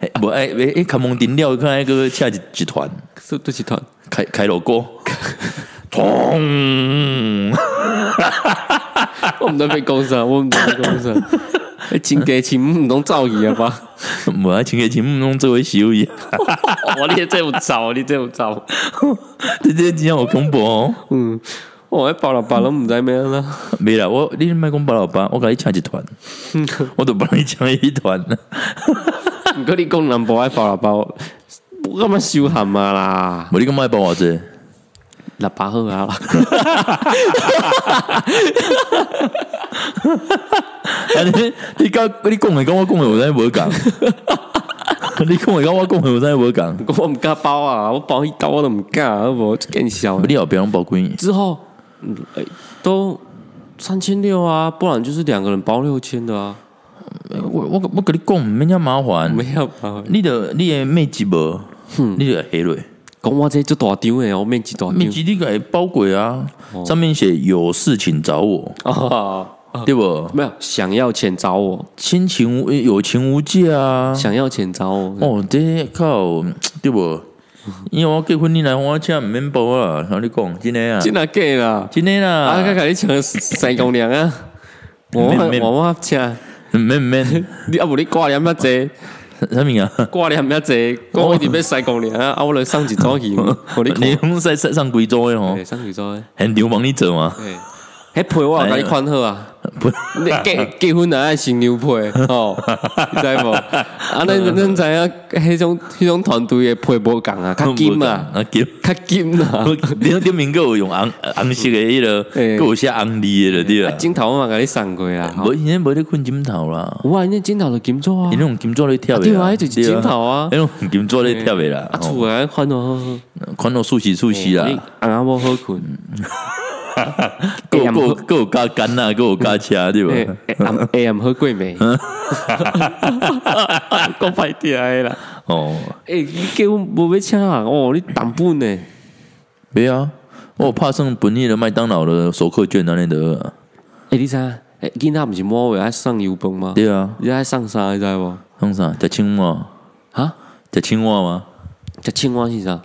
哎不哎哎哎，卡蒙丁料，看那个恰集集团。是对集团。开开锣锅，砰！ *laughs* 我毋知被讲啥，我毋知被讲啥。 *laughs* 你真低钱，毋拢走去啊 *laughs* 吧？无啊，情个节目拢做为收益，哇，哦你真有走，你真有走。 *laughs* 这这真有恐怖哦！嗯，我迄包六包拢毋知咩啦。 *laughs* 没啦，我你莫讲八老八，我甲你请一团，我都帮你请一团。毋过你讲南部爱包六包，我感觉收含啊啦，无你讲莫帮我啊者，六包好啊啦。啊你你讲你讲的跟我讲的，我真无讲。 *laughs* 你讲的跟我讲的，我真无讲。我毋敢包啊，我包迄兜我都毋敢，好无见笑。你后壁拢包几？之后，嗯，哎都三千六啊，不然就是两个人包六千的啊，我我我跟你讲，毋免遐麻烦。没有包。你的你的妹子无，你就黑落。讲我这就大张诶，我面积大面张。积你给包鬼啊，上面写有事请找我，哦，对不？没有想要钱找我。亲情无有情无价啊！想要钱找我，哦，这靠，对 *laughs* 不？因为我结婚你来我请毋免包啊，然后你讲真的啊，真啊假啦？真的啊，甲啦，甲你请三公娘啊！我免免我我请毋免毋 *laughs* 免，你啊，无你挂念遐济，啥物啊？挂念遐济，讲我伫要三公娘啊，啊，我来送一组去，互你你看，讲晒晒上贵州的吼哎，，送一组的，现场帮你做嘛？哎，迄皮我有甲你款好 *laughs* 啊。你结结婚啊，爱新娘皮吼，你知无？啊，咱咱知影迄种迄种团队的皮无共啊，较金啊，啊金，较金啊。 *laughs* 你那点名个有用红红色的迄 *laughs* 个，嘿个有写红字的就对啊啦。镜头我嘛甲你送过啊啦。吼无现在无咧困枕头啦，有啊，恁镜头就金做啊因。种金纸咧跳的啊对啊那就是枕头啊因种金纸咧跳的啦啊，，吼厝诶，翻好好。款到出息出息啦，阿阿啊某好困，个会暗个个有加干 *laughs* 呐，个有加车对诶吧？ *laughs* 暗诶暗好过暝，嗯 *laughs* 讲歹听诶啦。哦，诶，你叫阮无要请人哦，你重本呢？没啊，我怕上本地的麦当劳的熟客券那里的，诶，你知影？诶，囡仔毋是满月爱送油饭吗？对啊，你爱送啥？你知无？弄啥？食青蛙，哈？食青蛙吗？食青蛙是啥？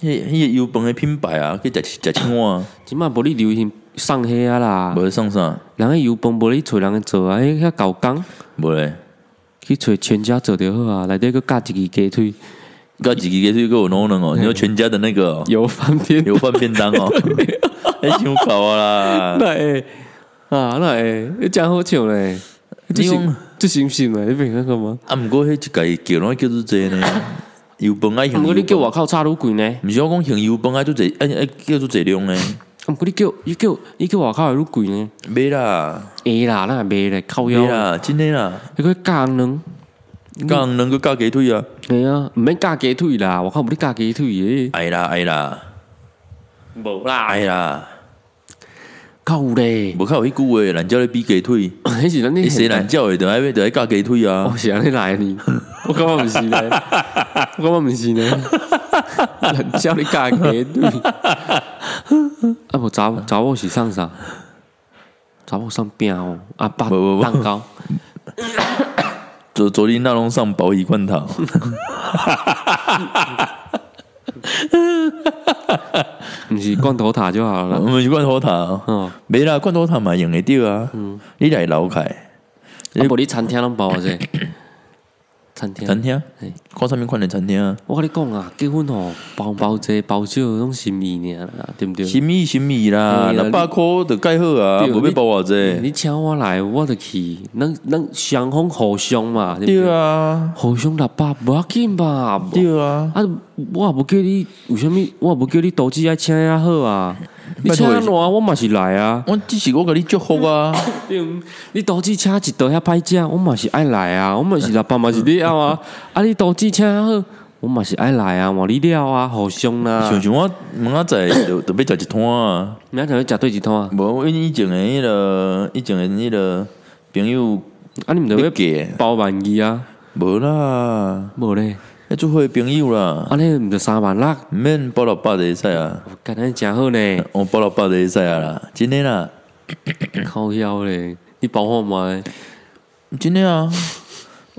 迄迄个油饭的品牌啊，去食食青蛙，即摆无你流行送迄啊啦，无送啥，人个油饭无你找人去做啊，迄遐搞工无咧。去找全家做就好啊，内底佫加一支鸡腿搞几个月给我弄弄哦，你说全家的那个哦油饭片，油饭便 *laughs* 当哦，哎，想搞啊啦，那会啊那会，你真好笑咧！你讲这是毋是咧？你明白个吗？啊，毋过迄一家叫拢叫做这呢，油饭啊，啊毋过你叫我，外口差愈贵呢？毋是我讲行油饭啊，就这，哎哎，叫做这量呢，啊毋过你叫你叫你叫外口会愈贵呢？没啦，会啦，咱也袂咧，靠没腰，啦，真的啦，迄个加红卵，讲能够加鸡腿啊，系啊，毋免加鸡腿啦，外口无你加鸡腿诶，哎啦哎啦无啦，哎啦，较有咧，无靠迄句话，咱叫咧比鸡腿，迄是咱你咧谁咱叫的，就爱就爱加鸡腿啊我，是安尼哦来呢，我感觉毋是呢，我感觉毋是呢，人叫你嫁给对，啊无查某查某是送啥？查某送饼哦，啊蛋不不蛋糕，昨昨天那拢上保险罐头，毋是罐头塔就好了啦。我嗯们是罐头塔哦。哦，啊没啦，罐头塔嘛用会着啊，你来楼开无你餐厅拢包偌者？餐厅，餐厅嘿，看上面款的餐厅啊，我甲你讲啊，结婚哦，包包济包少拢是意尔啦，对毋对？心意心意啦，嘿啦六百箍就盖好啊，对无要包偌济，你请我来，我就去，咱咱双方互相嘛，对毋对对？啊，互相六百无要紧吧？对啊，啊，我也无叫你，为什物我也无叫你投资爱请遐好啊？你拜请托遐烂，我嘛是来啊。我只是我甲你祝福啊，对毋，你投资请一道遐歹食，我嘛是爱来啊。我嘛是六百嘛是了啊。啊，你投资请遐好，我嘛是爱来啊。换你了啊，互相啦。想想我明仔载就就要食一摊啊，明仔载要食对一摊啊？无因以前的迄个，以前的迄个朋友啊，你毋要着要嫁，包万二啊？无啦，无咧，迄做伙的朋友啦，啊，你毋着三万六，毋免包六百就会使啊，干安诚好 *laughs* 咧，我包六百就会使啊啦，真的啦。靠腰咧，你包我嘛咧？真的啊，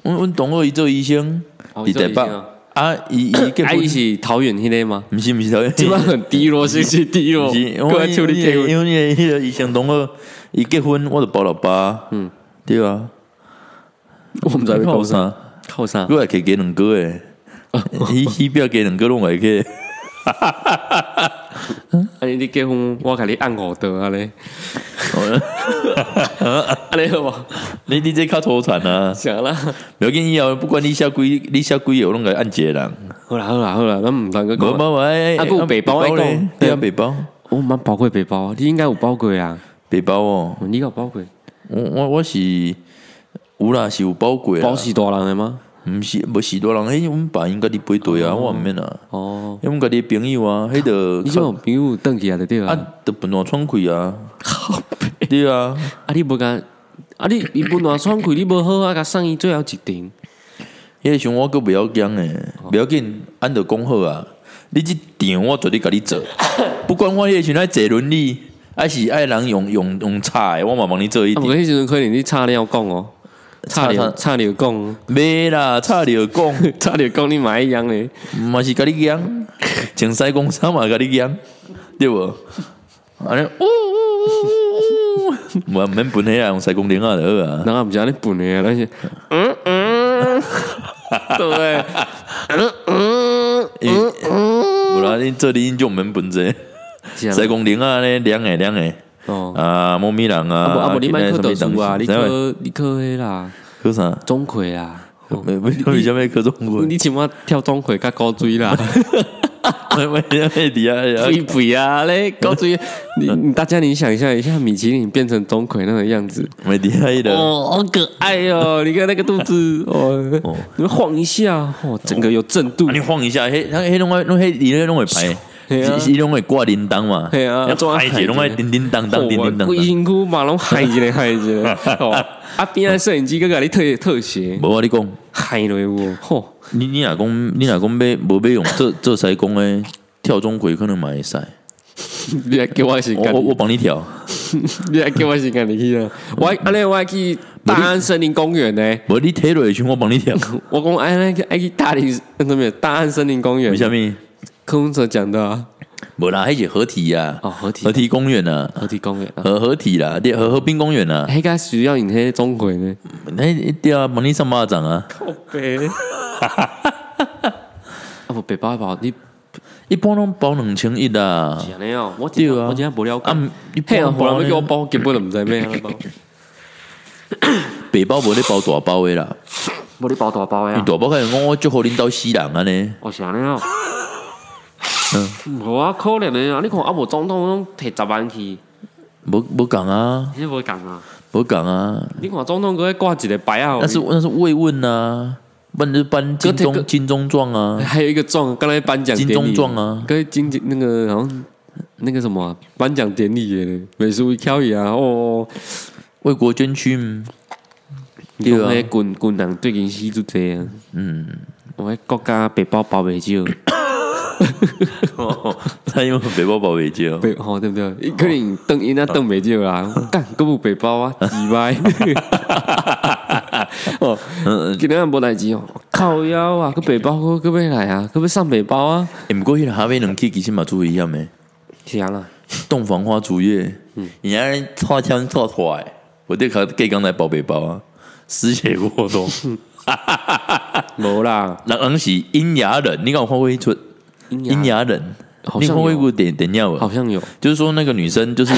阮阮同学伊做医生，哦伊伊做台医北生啊啊，伊伊结啊，婚伊，是桃园迄个吗？毋是毋是 *laughs* 头，即摆很低落，是是低落，不是，因过来为求你结婚。因为迄个医生同学伊结婚，我就包老爸，嗯，对啊，我毋知要靠讲啥，啥？靠啥？我也可以加两个诶，哦 *laughs* 伊伊不要加两个拢会 *laughs* 去，安哎尼你结婚，我甲你按五刀安尼，哦安尼好无？ *laughs* 你你这较粗残啊！啥啦？不要紧，以后不管你下几你下几个，我拢甲按一个人。好啦好啦好啦，咱毋通个无讲。无无，哎哦啊还有白包啊要讲嗯嘞对啊，白包我毋捌包过背包，你应该有包过啊。白包哦，你有包过？我我我是有啦，是有包过啦包。是大人诶吗？毋是，无是多人，迄阮爸因家己背队啊，我毋免啊，哦，迄阮家己的朋友啊，迄你著种朋友转去啊就对啊。啊，著本来创开啊，对啊，啊，你无甲啊，你伊本来爽快，你无好啊，甲送伊最后一程。迄个时阵我阁袂晓讲诶，袂要紧，按著讲好啊，你即场我绝对甲你做，不管我迄个时阵爱坐轮椅，还是爱人用用用叉诶，我嘛帮你做一啊，无点，迄时阵可能你差了讲哦，差了差差了讲，袂啦，叉着讲， *laughs* 差了讲你嘛一样诶。嘛是甲你讲，前西讲啥嘛甲你讲，对无？安尼，呜呜呜呜，无免分迄啊，用西公铃啊就好啊。人家毋是安尼笨的啊，咱是嗯嗯， *laughs* 对不对？嗯因无啦，恁做恁就毋免分者，嗯，啊西公铃啊咧，凉诶凉诶，哦啊，猫咪人啊，啊无啊无，你莫去考读书啊，你什么考你考迄啦，科啥？钟馗啦，哦为为什么科中国？你起码跳钟馗较高追 *laughs* 啦，为为什么底下 *laughs* 肥肥啊嘞，*laughs* 高嗯追，你你大家你想一下，一下米其林变成钟馗那个样子，没底下的？哦，好可爱哦，你看那个肚子 *laughs* 哦，你晃一下，哦，整个有震度啊，你晃一下，黑那黑龙会弄黑，你那弄会拍，嘿啊一弄会挂铃铛嘛，嘿啊要抓拍海起弄会的叮叮当그当，叮叮当规当。身躯嘛拢害一个害一个，哦，啊边仔摄影机个甲你特特写，无我跟你讲，害落我，吼，你你若讲你若讲要无要用这这才讲诶，跳钟馗可能嘛会使。你来叫我时我间我。我帮你跳，你还叫我时间你去啊？我安尼我还去大安森林公园呢。无你退落去，我帮你跳。我讲安尼去爱去大林那什么大安森林公园为？什么？柯文哲讲的啊，无啦，迄是合体啊，哦合体合体公园啊，河堤公园啊，合合体啦，对合合滨公园啊，迄个需要你迄钟馗呢？那对啊，帮你上巴掌啊。靠北，啊不北包包，你一般拢包两千一啦是，安尼哦，我真对的啊，我真正无了解啊。，一嘿般啊，拢后包来要呢叫我包，根本就毋知咩啊包，北包无咧包大包的啦，无你包大包的你啊，大包开始讲我祝好恁兜死人啊安尼，我是安尼哦。嗯无啊，可怜的啊！你看啊，无总统拢摕十万去，无无讲啊，你无共啊！无讲啊，你看总统佫挂一个牌啊，那是那是慰问啊，不然就颁金搁钟摕金钟状啊，还有一个状，刚才颁奖典礼金钟状啊跟金那个好像那个什么啊、颁奖典礼耶，美术一挑伊啊，哦，为国捐躯， *laughs* 嗯对啊对啊，滚滚人最近死足济啊，嗯，我们国家白包包袂少，蔡英文北包包哦未少，白吼、哦对不对？伊可能邓因啊邓袂少哦啦，干佫有白 *laughs* 包啊，几百，哦，嗯，今仔无代志哦，靠腰啊，佮白包佫佫要来啊，佫要上白包啊，嗯不过迄个哈维两去其实嘛注意一下没，是啊啦，洞房花烛夜，人家掏枪掏出来，我得靠给刚才包北包啊， *laughs* 失血过多，无啦，人人是阴阳人，你敢有看过一出？阴阳人，好你像看过一有部电电影好无？像有，就是说那个女生，就是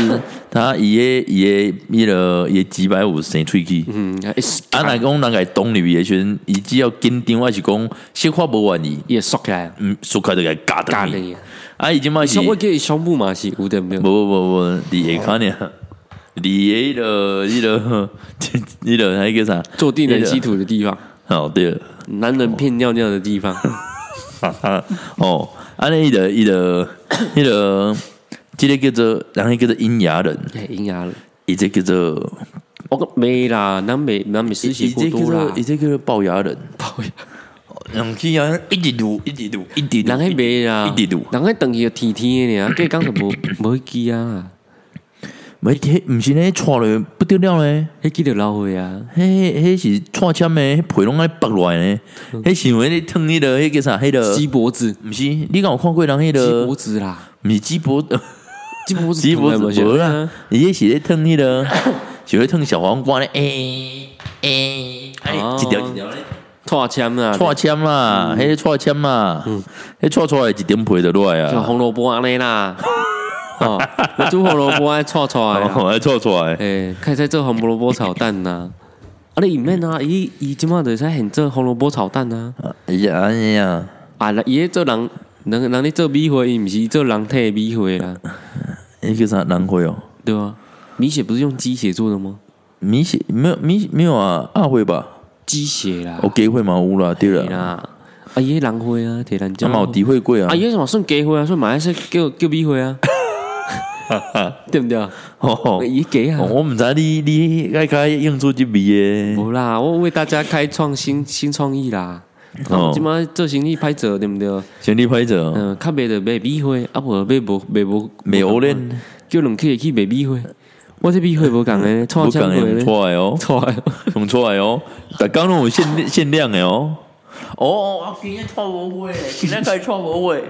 她也也也了也几百五生喙齿。嗯，哎是啊，若讲人家动力的时阵，伊只要紧张，还是讲说话无愿意，也缩起来啊了。嗯，说开就给夹咖的。喱。啊，伊即嘛是像，我给胸部嘛是有点没无有，无无无，伫下骹呢，伫下了，迄落迄落还叫啥？坐地人吸土的地方，哦，对了，男人骗尿尿的地方，哦，安尼伊的伊的迄落，即个叫做，然后叫做阴阳人，哎，阴阳了。伊这叫做我讲没啦，南美南美失血过这多啦伊，这叫做龅牙人，抱歉 *laughs* 人去啊，一直撸，一直撸，一直撸，人迄没啦一直撸，，人迄等于天天的尔，计讲就无无记啊，没迄毋是咧串落不得了咧，迄记得老岁啊，迄迄迄是串签诶，迄皮拢爱剥落来咧，迄是因为咧烫迄个迄个啥迄个，鸡脖子，嗯毋是，你敢有看过人迄鸡脖个，子啦，毋是鸡脖，鸡脖子，鸡脖疼的子嘛无是啦，伊迄是咧烫迄个，是咧烫小黄瓜咧，诶诶，哎，哦一条一条咧。拖签啦，串签啦，迄个串签啦，迄串出来一点皮就落来像啊，红萝卜安尼啦，哦，我煮红萝卜爱搓搓的啦。哦，还串出来。诶、可以再做红萝卜炒蛋呐、啊。你里面啊，伊伊即马就使现做红萝卜炒蛋呐、哎呀，安尼啊，啊。啊，伊咧做人，人人咧做米花，伊毋是做人体的米花啦，迄叫啥南灰哦？对啊，米血不是用鸡血做的吗？米血没有米没有啊，阿辉吧？鸡血啦，我给会嘛有啦，对对了，啦。啊，伊迄人花啊，摕咱他种。嘛有诋毁过啊啊，。伊迄什么算鸡花啊，算马来西亚叫叫米花 *laughs* 啊，对毋对？啊哦伊鸡啊哦，我毋知你你该该用出即味诶。无啦，我为大家开创新新创意啦。哦即马做生意歹做，对毋对？兄弟拍者嗯，较袂着卖米花，啊无卖无卖无美欧人叫人去去卖米花。我这米花无共 *laughs* 诶，创不枪讲花用咧，出来哦，错诶，用出来哦，逐工拢有限限量诶哦。哦，哦，今天错不会，今天可以错不会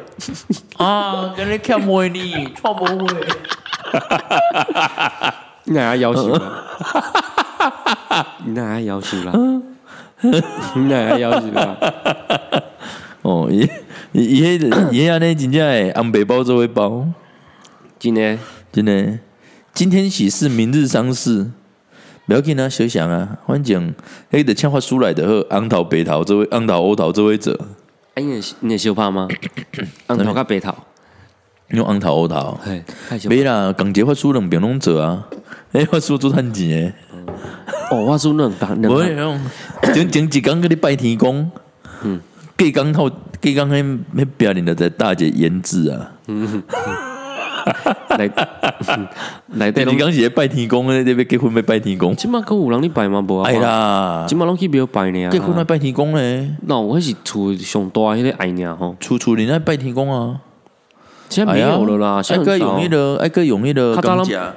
啊！今天欠买呢，错不会。你哪要求 *laughs* 啦？你哪要求啦？ *laughs* 你哪要求啊啦？哦，伊伊伊迄伊迄安尼真正会红白包做伙包，真诶，真诶。今天喜事，明日丧事。不要紧啊，小想啊，反正黑的欠发书来的和昂头北头这位昂头欧头这位者，啊，你会你会相 *coughs* 拍吗？红头甲白头，用昂头欧头。嘿，太相拍没啦，港捷发书两边拢做啊，哎，发书做趁钱哦，我输两百的。两我百，用前前一工跟你拜天公，嗯，隔工头隔工迄迄表演的在大姐腌制啊， *laughs* 来来对，对你拢。刚是在拜天公，那边结婚要拜天公，即马够有人咧拜吗？无啊哎，啦，即马拢去庙拜呢。啊结婚要啊拜天公嘞，那我迄是厝上大迄个爱尔吼，处处人家拜天公啊，现在没有了啦，现哎在个很用少迄。个，哎个用迄个较早钢拢架，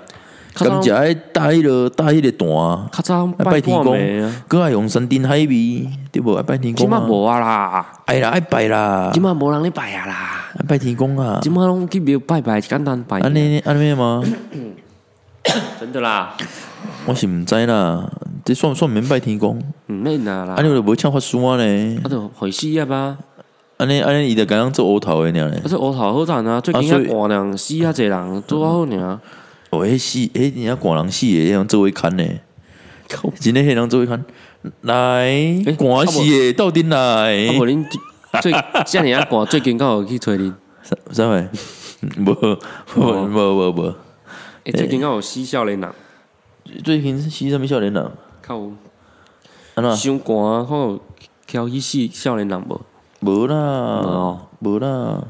较早钢架爱搭迄个搭迄个段，较早爱拜拜啊天天公公，，个爱用山珍海味，对无爱拜天即公马啊，无啊啦，哎啦爱拜啦即，马无人咧拜啊啦，爱拜天公啊即，马拢去庙拜拜，简单拜。安尼安尼吗？真的啦，我是毋知啦，这算算免拜天公，毋免啊啦安，尼就无请法师啊咧啊，就回事业啊，安尼安尼伊就刚刚做乌头的尔咧啊，，说乌头好赚啊，最啊近所以遐寒人死啊，侪人做啊好尔，哦，迄死，迄人家寒人死的，迄人做位看呢，靠真诶迄人做位看，来，欸寒死的到底啊来，无恁最遮尔啊寒，最近敢有去找 *laughs* 恁？啥啥 *laughs* 物？无无无无无，诶，最近敢有死少年人，最近死什物少年人？较有安怎？伤寒啊，看有挑起死少年人无？无无啦哦，无啦。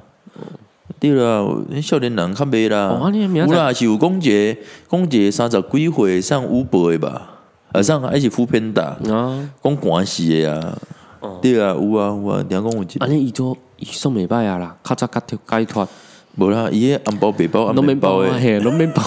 对啦，迄少年人较袂啦哦安尼，明有仔载啦是有讲一个讲一个三十几岁上五百的吧，啊上还是副偏打，啊，讲寒死的啊，对啊有啊有啊，听讲有一安个，尼伊做伊算袂歹啊啦，较早解脱解脱，无啦，伊迄红包背包拢红免包包啊，的，嘿，拢免包，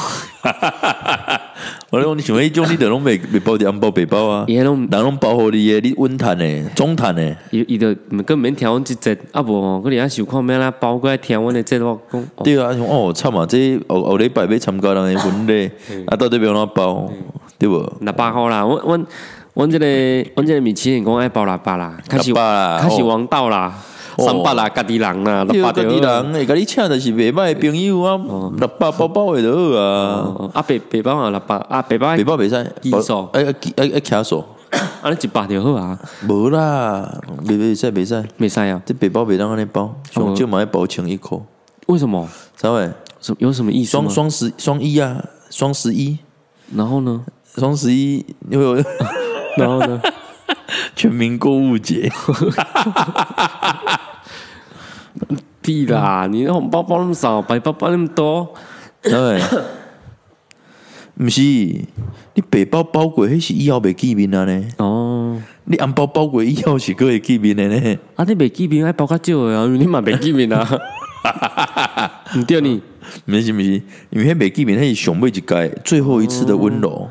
我咧讲你想迄种你著拢袂袂包着红包背包啊， *laughs* 伊迄拢人拢包互你的，你稳趁的，总趁的，伊伊就毋更免听阮即节，啊无吼，佮你遐想看咩啦，包过来听阮的节目讲，哦对啊，想哦惨啊，这后后礼拜要参加人的婚礼，啊到底要安怎包，对无？六百箍啦，阮阮阮即个阮即个米其林讲爱包六百啦，开始六百啦开始哦王道啦，哦三百啦，家己人啦，对六百家就己好啊。人会甲你请的是袂歹的朋友啊，嗯六百包包的就好啊，哦啊，白白包啊，六百啊，白包袂包袂使，技术哎哎哎哎，卡数安尼一百就好啊，无啦，袂袂使袂使，袂使啊？这背包袂当安尼包，哦上少嘛要包千一箍，为什么？啥喂？什有什么意思吗双？双十双一啊，双十一，然后呢？双十一因为有 *laughs* 然后呢？ *laughs* 全民购物节，屁啦！你那红包包那么少，白包包那么多，啥喂？毋是，你背包包过，迄是以后袂见面啊呢？哦，你红包包过以后是个会见面的呢？啊，你袂记面爱包较少 *laughs* 的啊，因为你嘛袂记面啊，毋对呢？没是没是，因为迄袂记面，迄是上尾一届最后一次的温柔，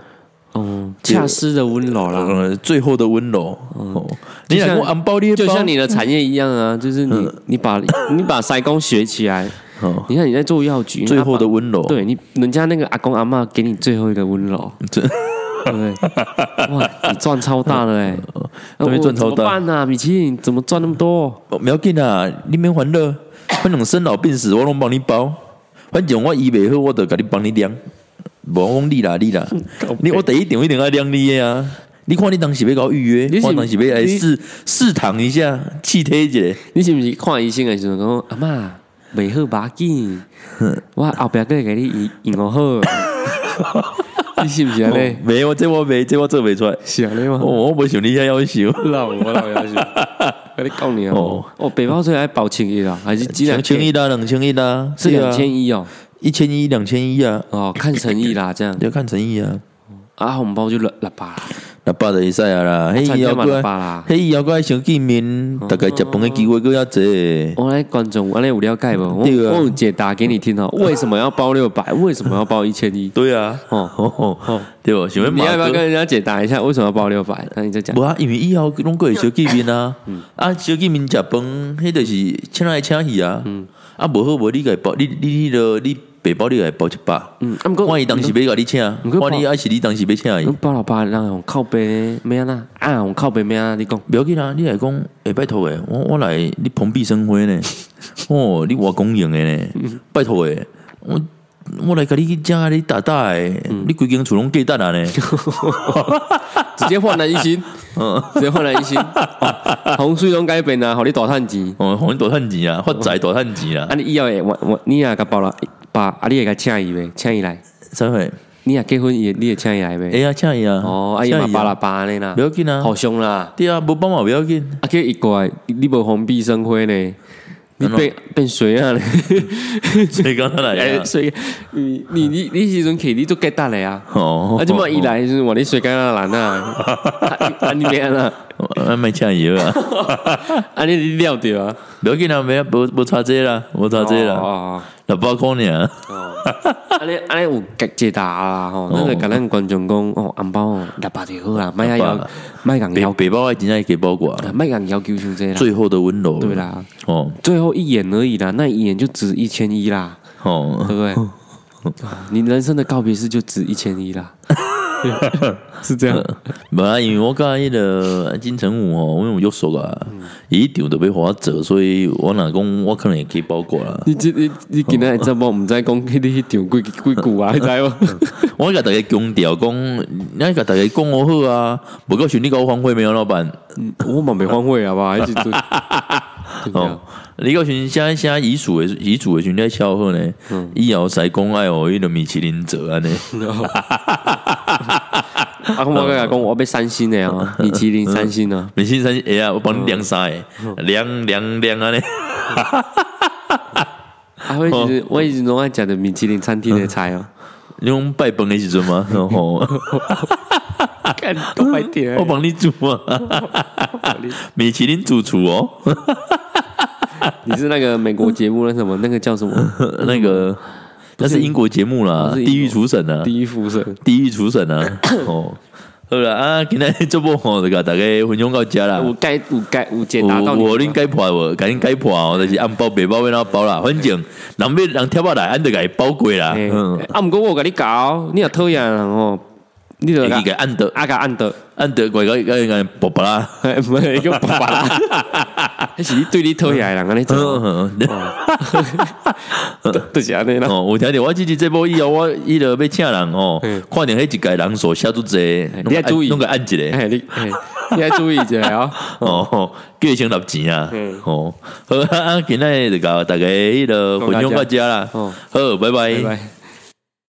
哦，恰似的温柔啦，呃，最后的温柔。哦，你哦嗯就讲像我红包你的嗯就包像你的产业一样啊，就是你你把 *coughs* 你把塞工学起来哦，你看你在做药局，最后的温温柔，，对你人家那个阿公阿嬷给你最后一个温柔，这对不 *laughs* 对？哇，你赚超大的哎，哦那对我赚超大怎么办啊？米其林怎么赚那么多？不要紧啊，你免烦恼，反正生老病死我拢帮你包，反正我医袂好，我就甲你帮你量。无我讲你啦， *laughs* 你啦，你我第一场一定要量你的啊！你看你当时要搞预约你，是我当时要来你试试躺一下，试体一下。你是不是看医生的时候讲哦阿嬷袂好把 *laughs* 紧，我后壁个给你用用好，你是不是安 *laughs* 尼？哦没有，这我没，这我做袂出来。是安尼吗哦，？我无想你遐要求。老我老要是，跟你讲你哦哦，哦，北方最爱保千一啦，还是几两两千一啦，两千一啦，是两一，千一哦，一千一，两千一啊，哦，看诚意啦， *laughs* 这样要看诚意啊。啊，红包就六六八啦，六百就会使啊啦，迄差以点后嘛哦过六百来啦，迄以后过来想见面，大概食饭的机会更较济。我来观众，我来有了解不？我对啊我有解答给你听 *laughs* 哦，为什么要包六百？为什么要包一千一？ *laughs* 对啊， *laughs* 哦，嗯哦，对不？想要你马要不要跟哥，人家解答一下为什么要包六百？那你再讲无。啊，因为以后拢过会小见面 *laughs* 啊，嗯啊小见面食饭，迄就是请来请去啊。嗯啊，无好无你个包，你你迄落你背包你个包一百。嗯，啊，不过嗯万一当时要甲你请，不过万一还是你当时要请阮伊，包老爸人用靠背咩啊呐？啊，用靠背咩啊？ *laughs* 你讲不要紧啊，你来讲，哎拜托诶，我我来你 *laughs* 嗯蓬荜生辉呢，哦，你我公用诶呢，拜托诶，我我来甲你讲啊，你打打诶，嗯你规间厝拢鸡蛋啊 *laughs* 呢？直接焕然一 *laughs* 新，嗯直接焕然一哦新，洪水拢改变啊，互你大趁钱，哦，互你大趁钱啊，发财大趁钱啊啊，！你以后会我我你也甲包了，把啊你会甲请伊袂，请伊来，啥会？你若结婚伊会你会请伊来哎袂？呀，请伊啊！哎哦，啊伊请嘛巴拉巴安尼啦不，要紧啊，互相啦，对啊，无帮忙不要 *laughs* 紧。啊叫伊过来，你无封闭生辉呢，你安怎变变水啊呢？所以讲他来 *laughs* 哎，啊，所以你你你你时阵去你都改搭来啊。哦啊，即满伊，来就是话你水干 *laughs* 啊难啊，啊啊你变啊，啊，卖请伊啊，啊你你料着啊，不要紧啊，没无无差这啦，无差啊这哦啦，哦六百箍尔。哦安尼安尼有解解答啦啊哦吼，咱就甲咱观众讲哦，红包哦，六百就好啦，莫六百啊要莫共北要北包爱真爱给包裹啊，莫共要求伤济啦，最后的温柔。对，啦，哦最后一眼而已啦，那一眼就值一千一啦，对哦，不对？你人生的告别式就值一千一啦， *laughs* 是这样，本来因为我甲迄个金城武哦，因为我就熟啊，伊一场都被我折，所以我若讲我可能会给包裹啦。你这你你今仔这无毋知讲迄你迄场几几句啊，你知无？我甲大家强调讲，咱甲大家讲我好啊，无够像你甲我反悔没有老板 *laughs* 我嘛没反悔好不好？一直 *laughs* 做。啊哦。你到时现在现在遗属的遗属的群在笑好呢，以后才讲爱哦，迄个米其林折安尼，啊，我甲讲，我要三星的啊，米其林三星啊，米其林三哎呀，我帮你量三诶，量量量安尼。啊，我一直我一直拢爱食的米其林餐厅的菜哦，你用拜崩的时阵吗？然后干都 *laughs* 快点我帮你煮啊，米其林主厨哦，你是那个美国节目那什么那个叫什么 *laughs* 那个那是英国节目啦，哦嗯是英国地狱厨神啊，第一副神？地狱厨神 *coughs* 啊，哦，好啦啊，今天这波吼，这个大概分享到家啦。我该我该我啊解答到我你我了恁吗。该破无，赶紧该破哦，就是按包背包要哪包啦，反正人要人跳下来，按就给包过啦，嘿嗯，啊，毋过我有甲你搞，你若讨厌人哦，你就给给按的啊甲按倒，按的乖乖乖乖包包啦，嘿唔系个爸爸啦， *laughs* 迄是你对你讨厌的人安尼做，嗯就就是安尼啦。 *laughs* 哦，有听着我即日这波以后，我伊就要请人哦嗯，看着迄一届人数写足济，你要注意弄个按一个哎，你哎，你要注意一下哦。哦，吼叫伊先立钱啊嗯，哦，好啊，今仔日就甲大家迄个分享到遮啦，哦好，拜拜拜。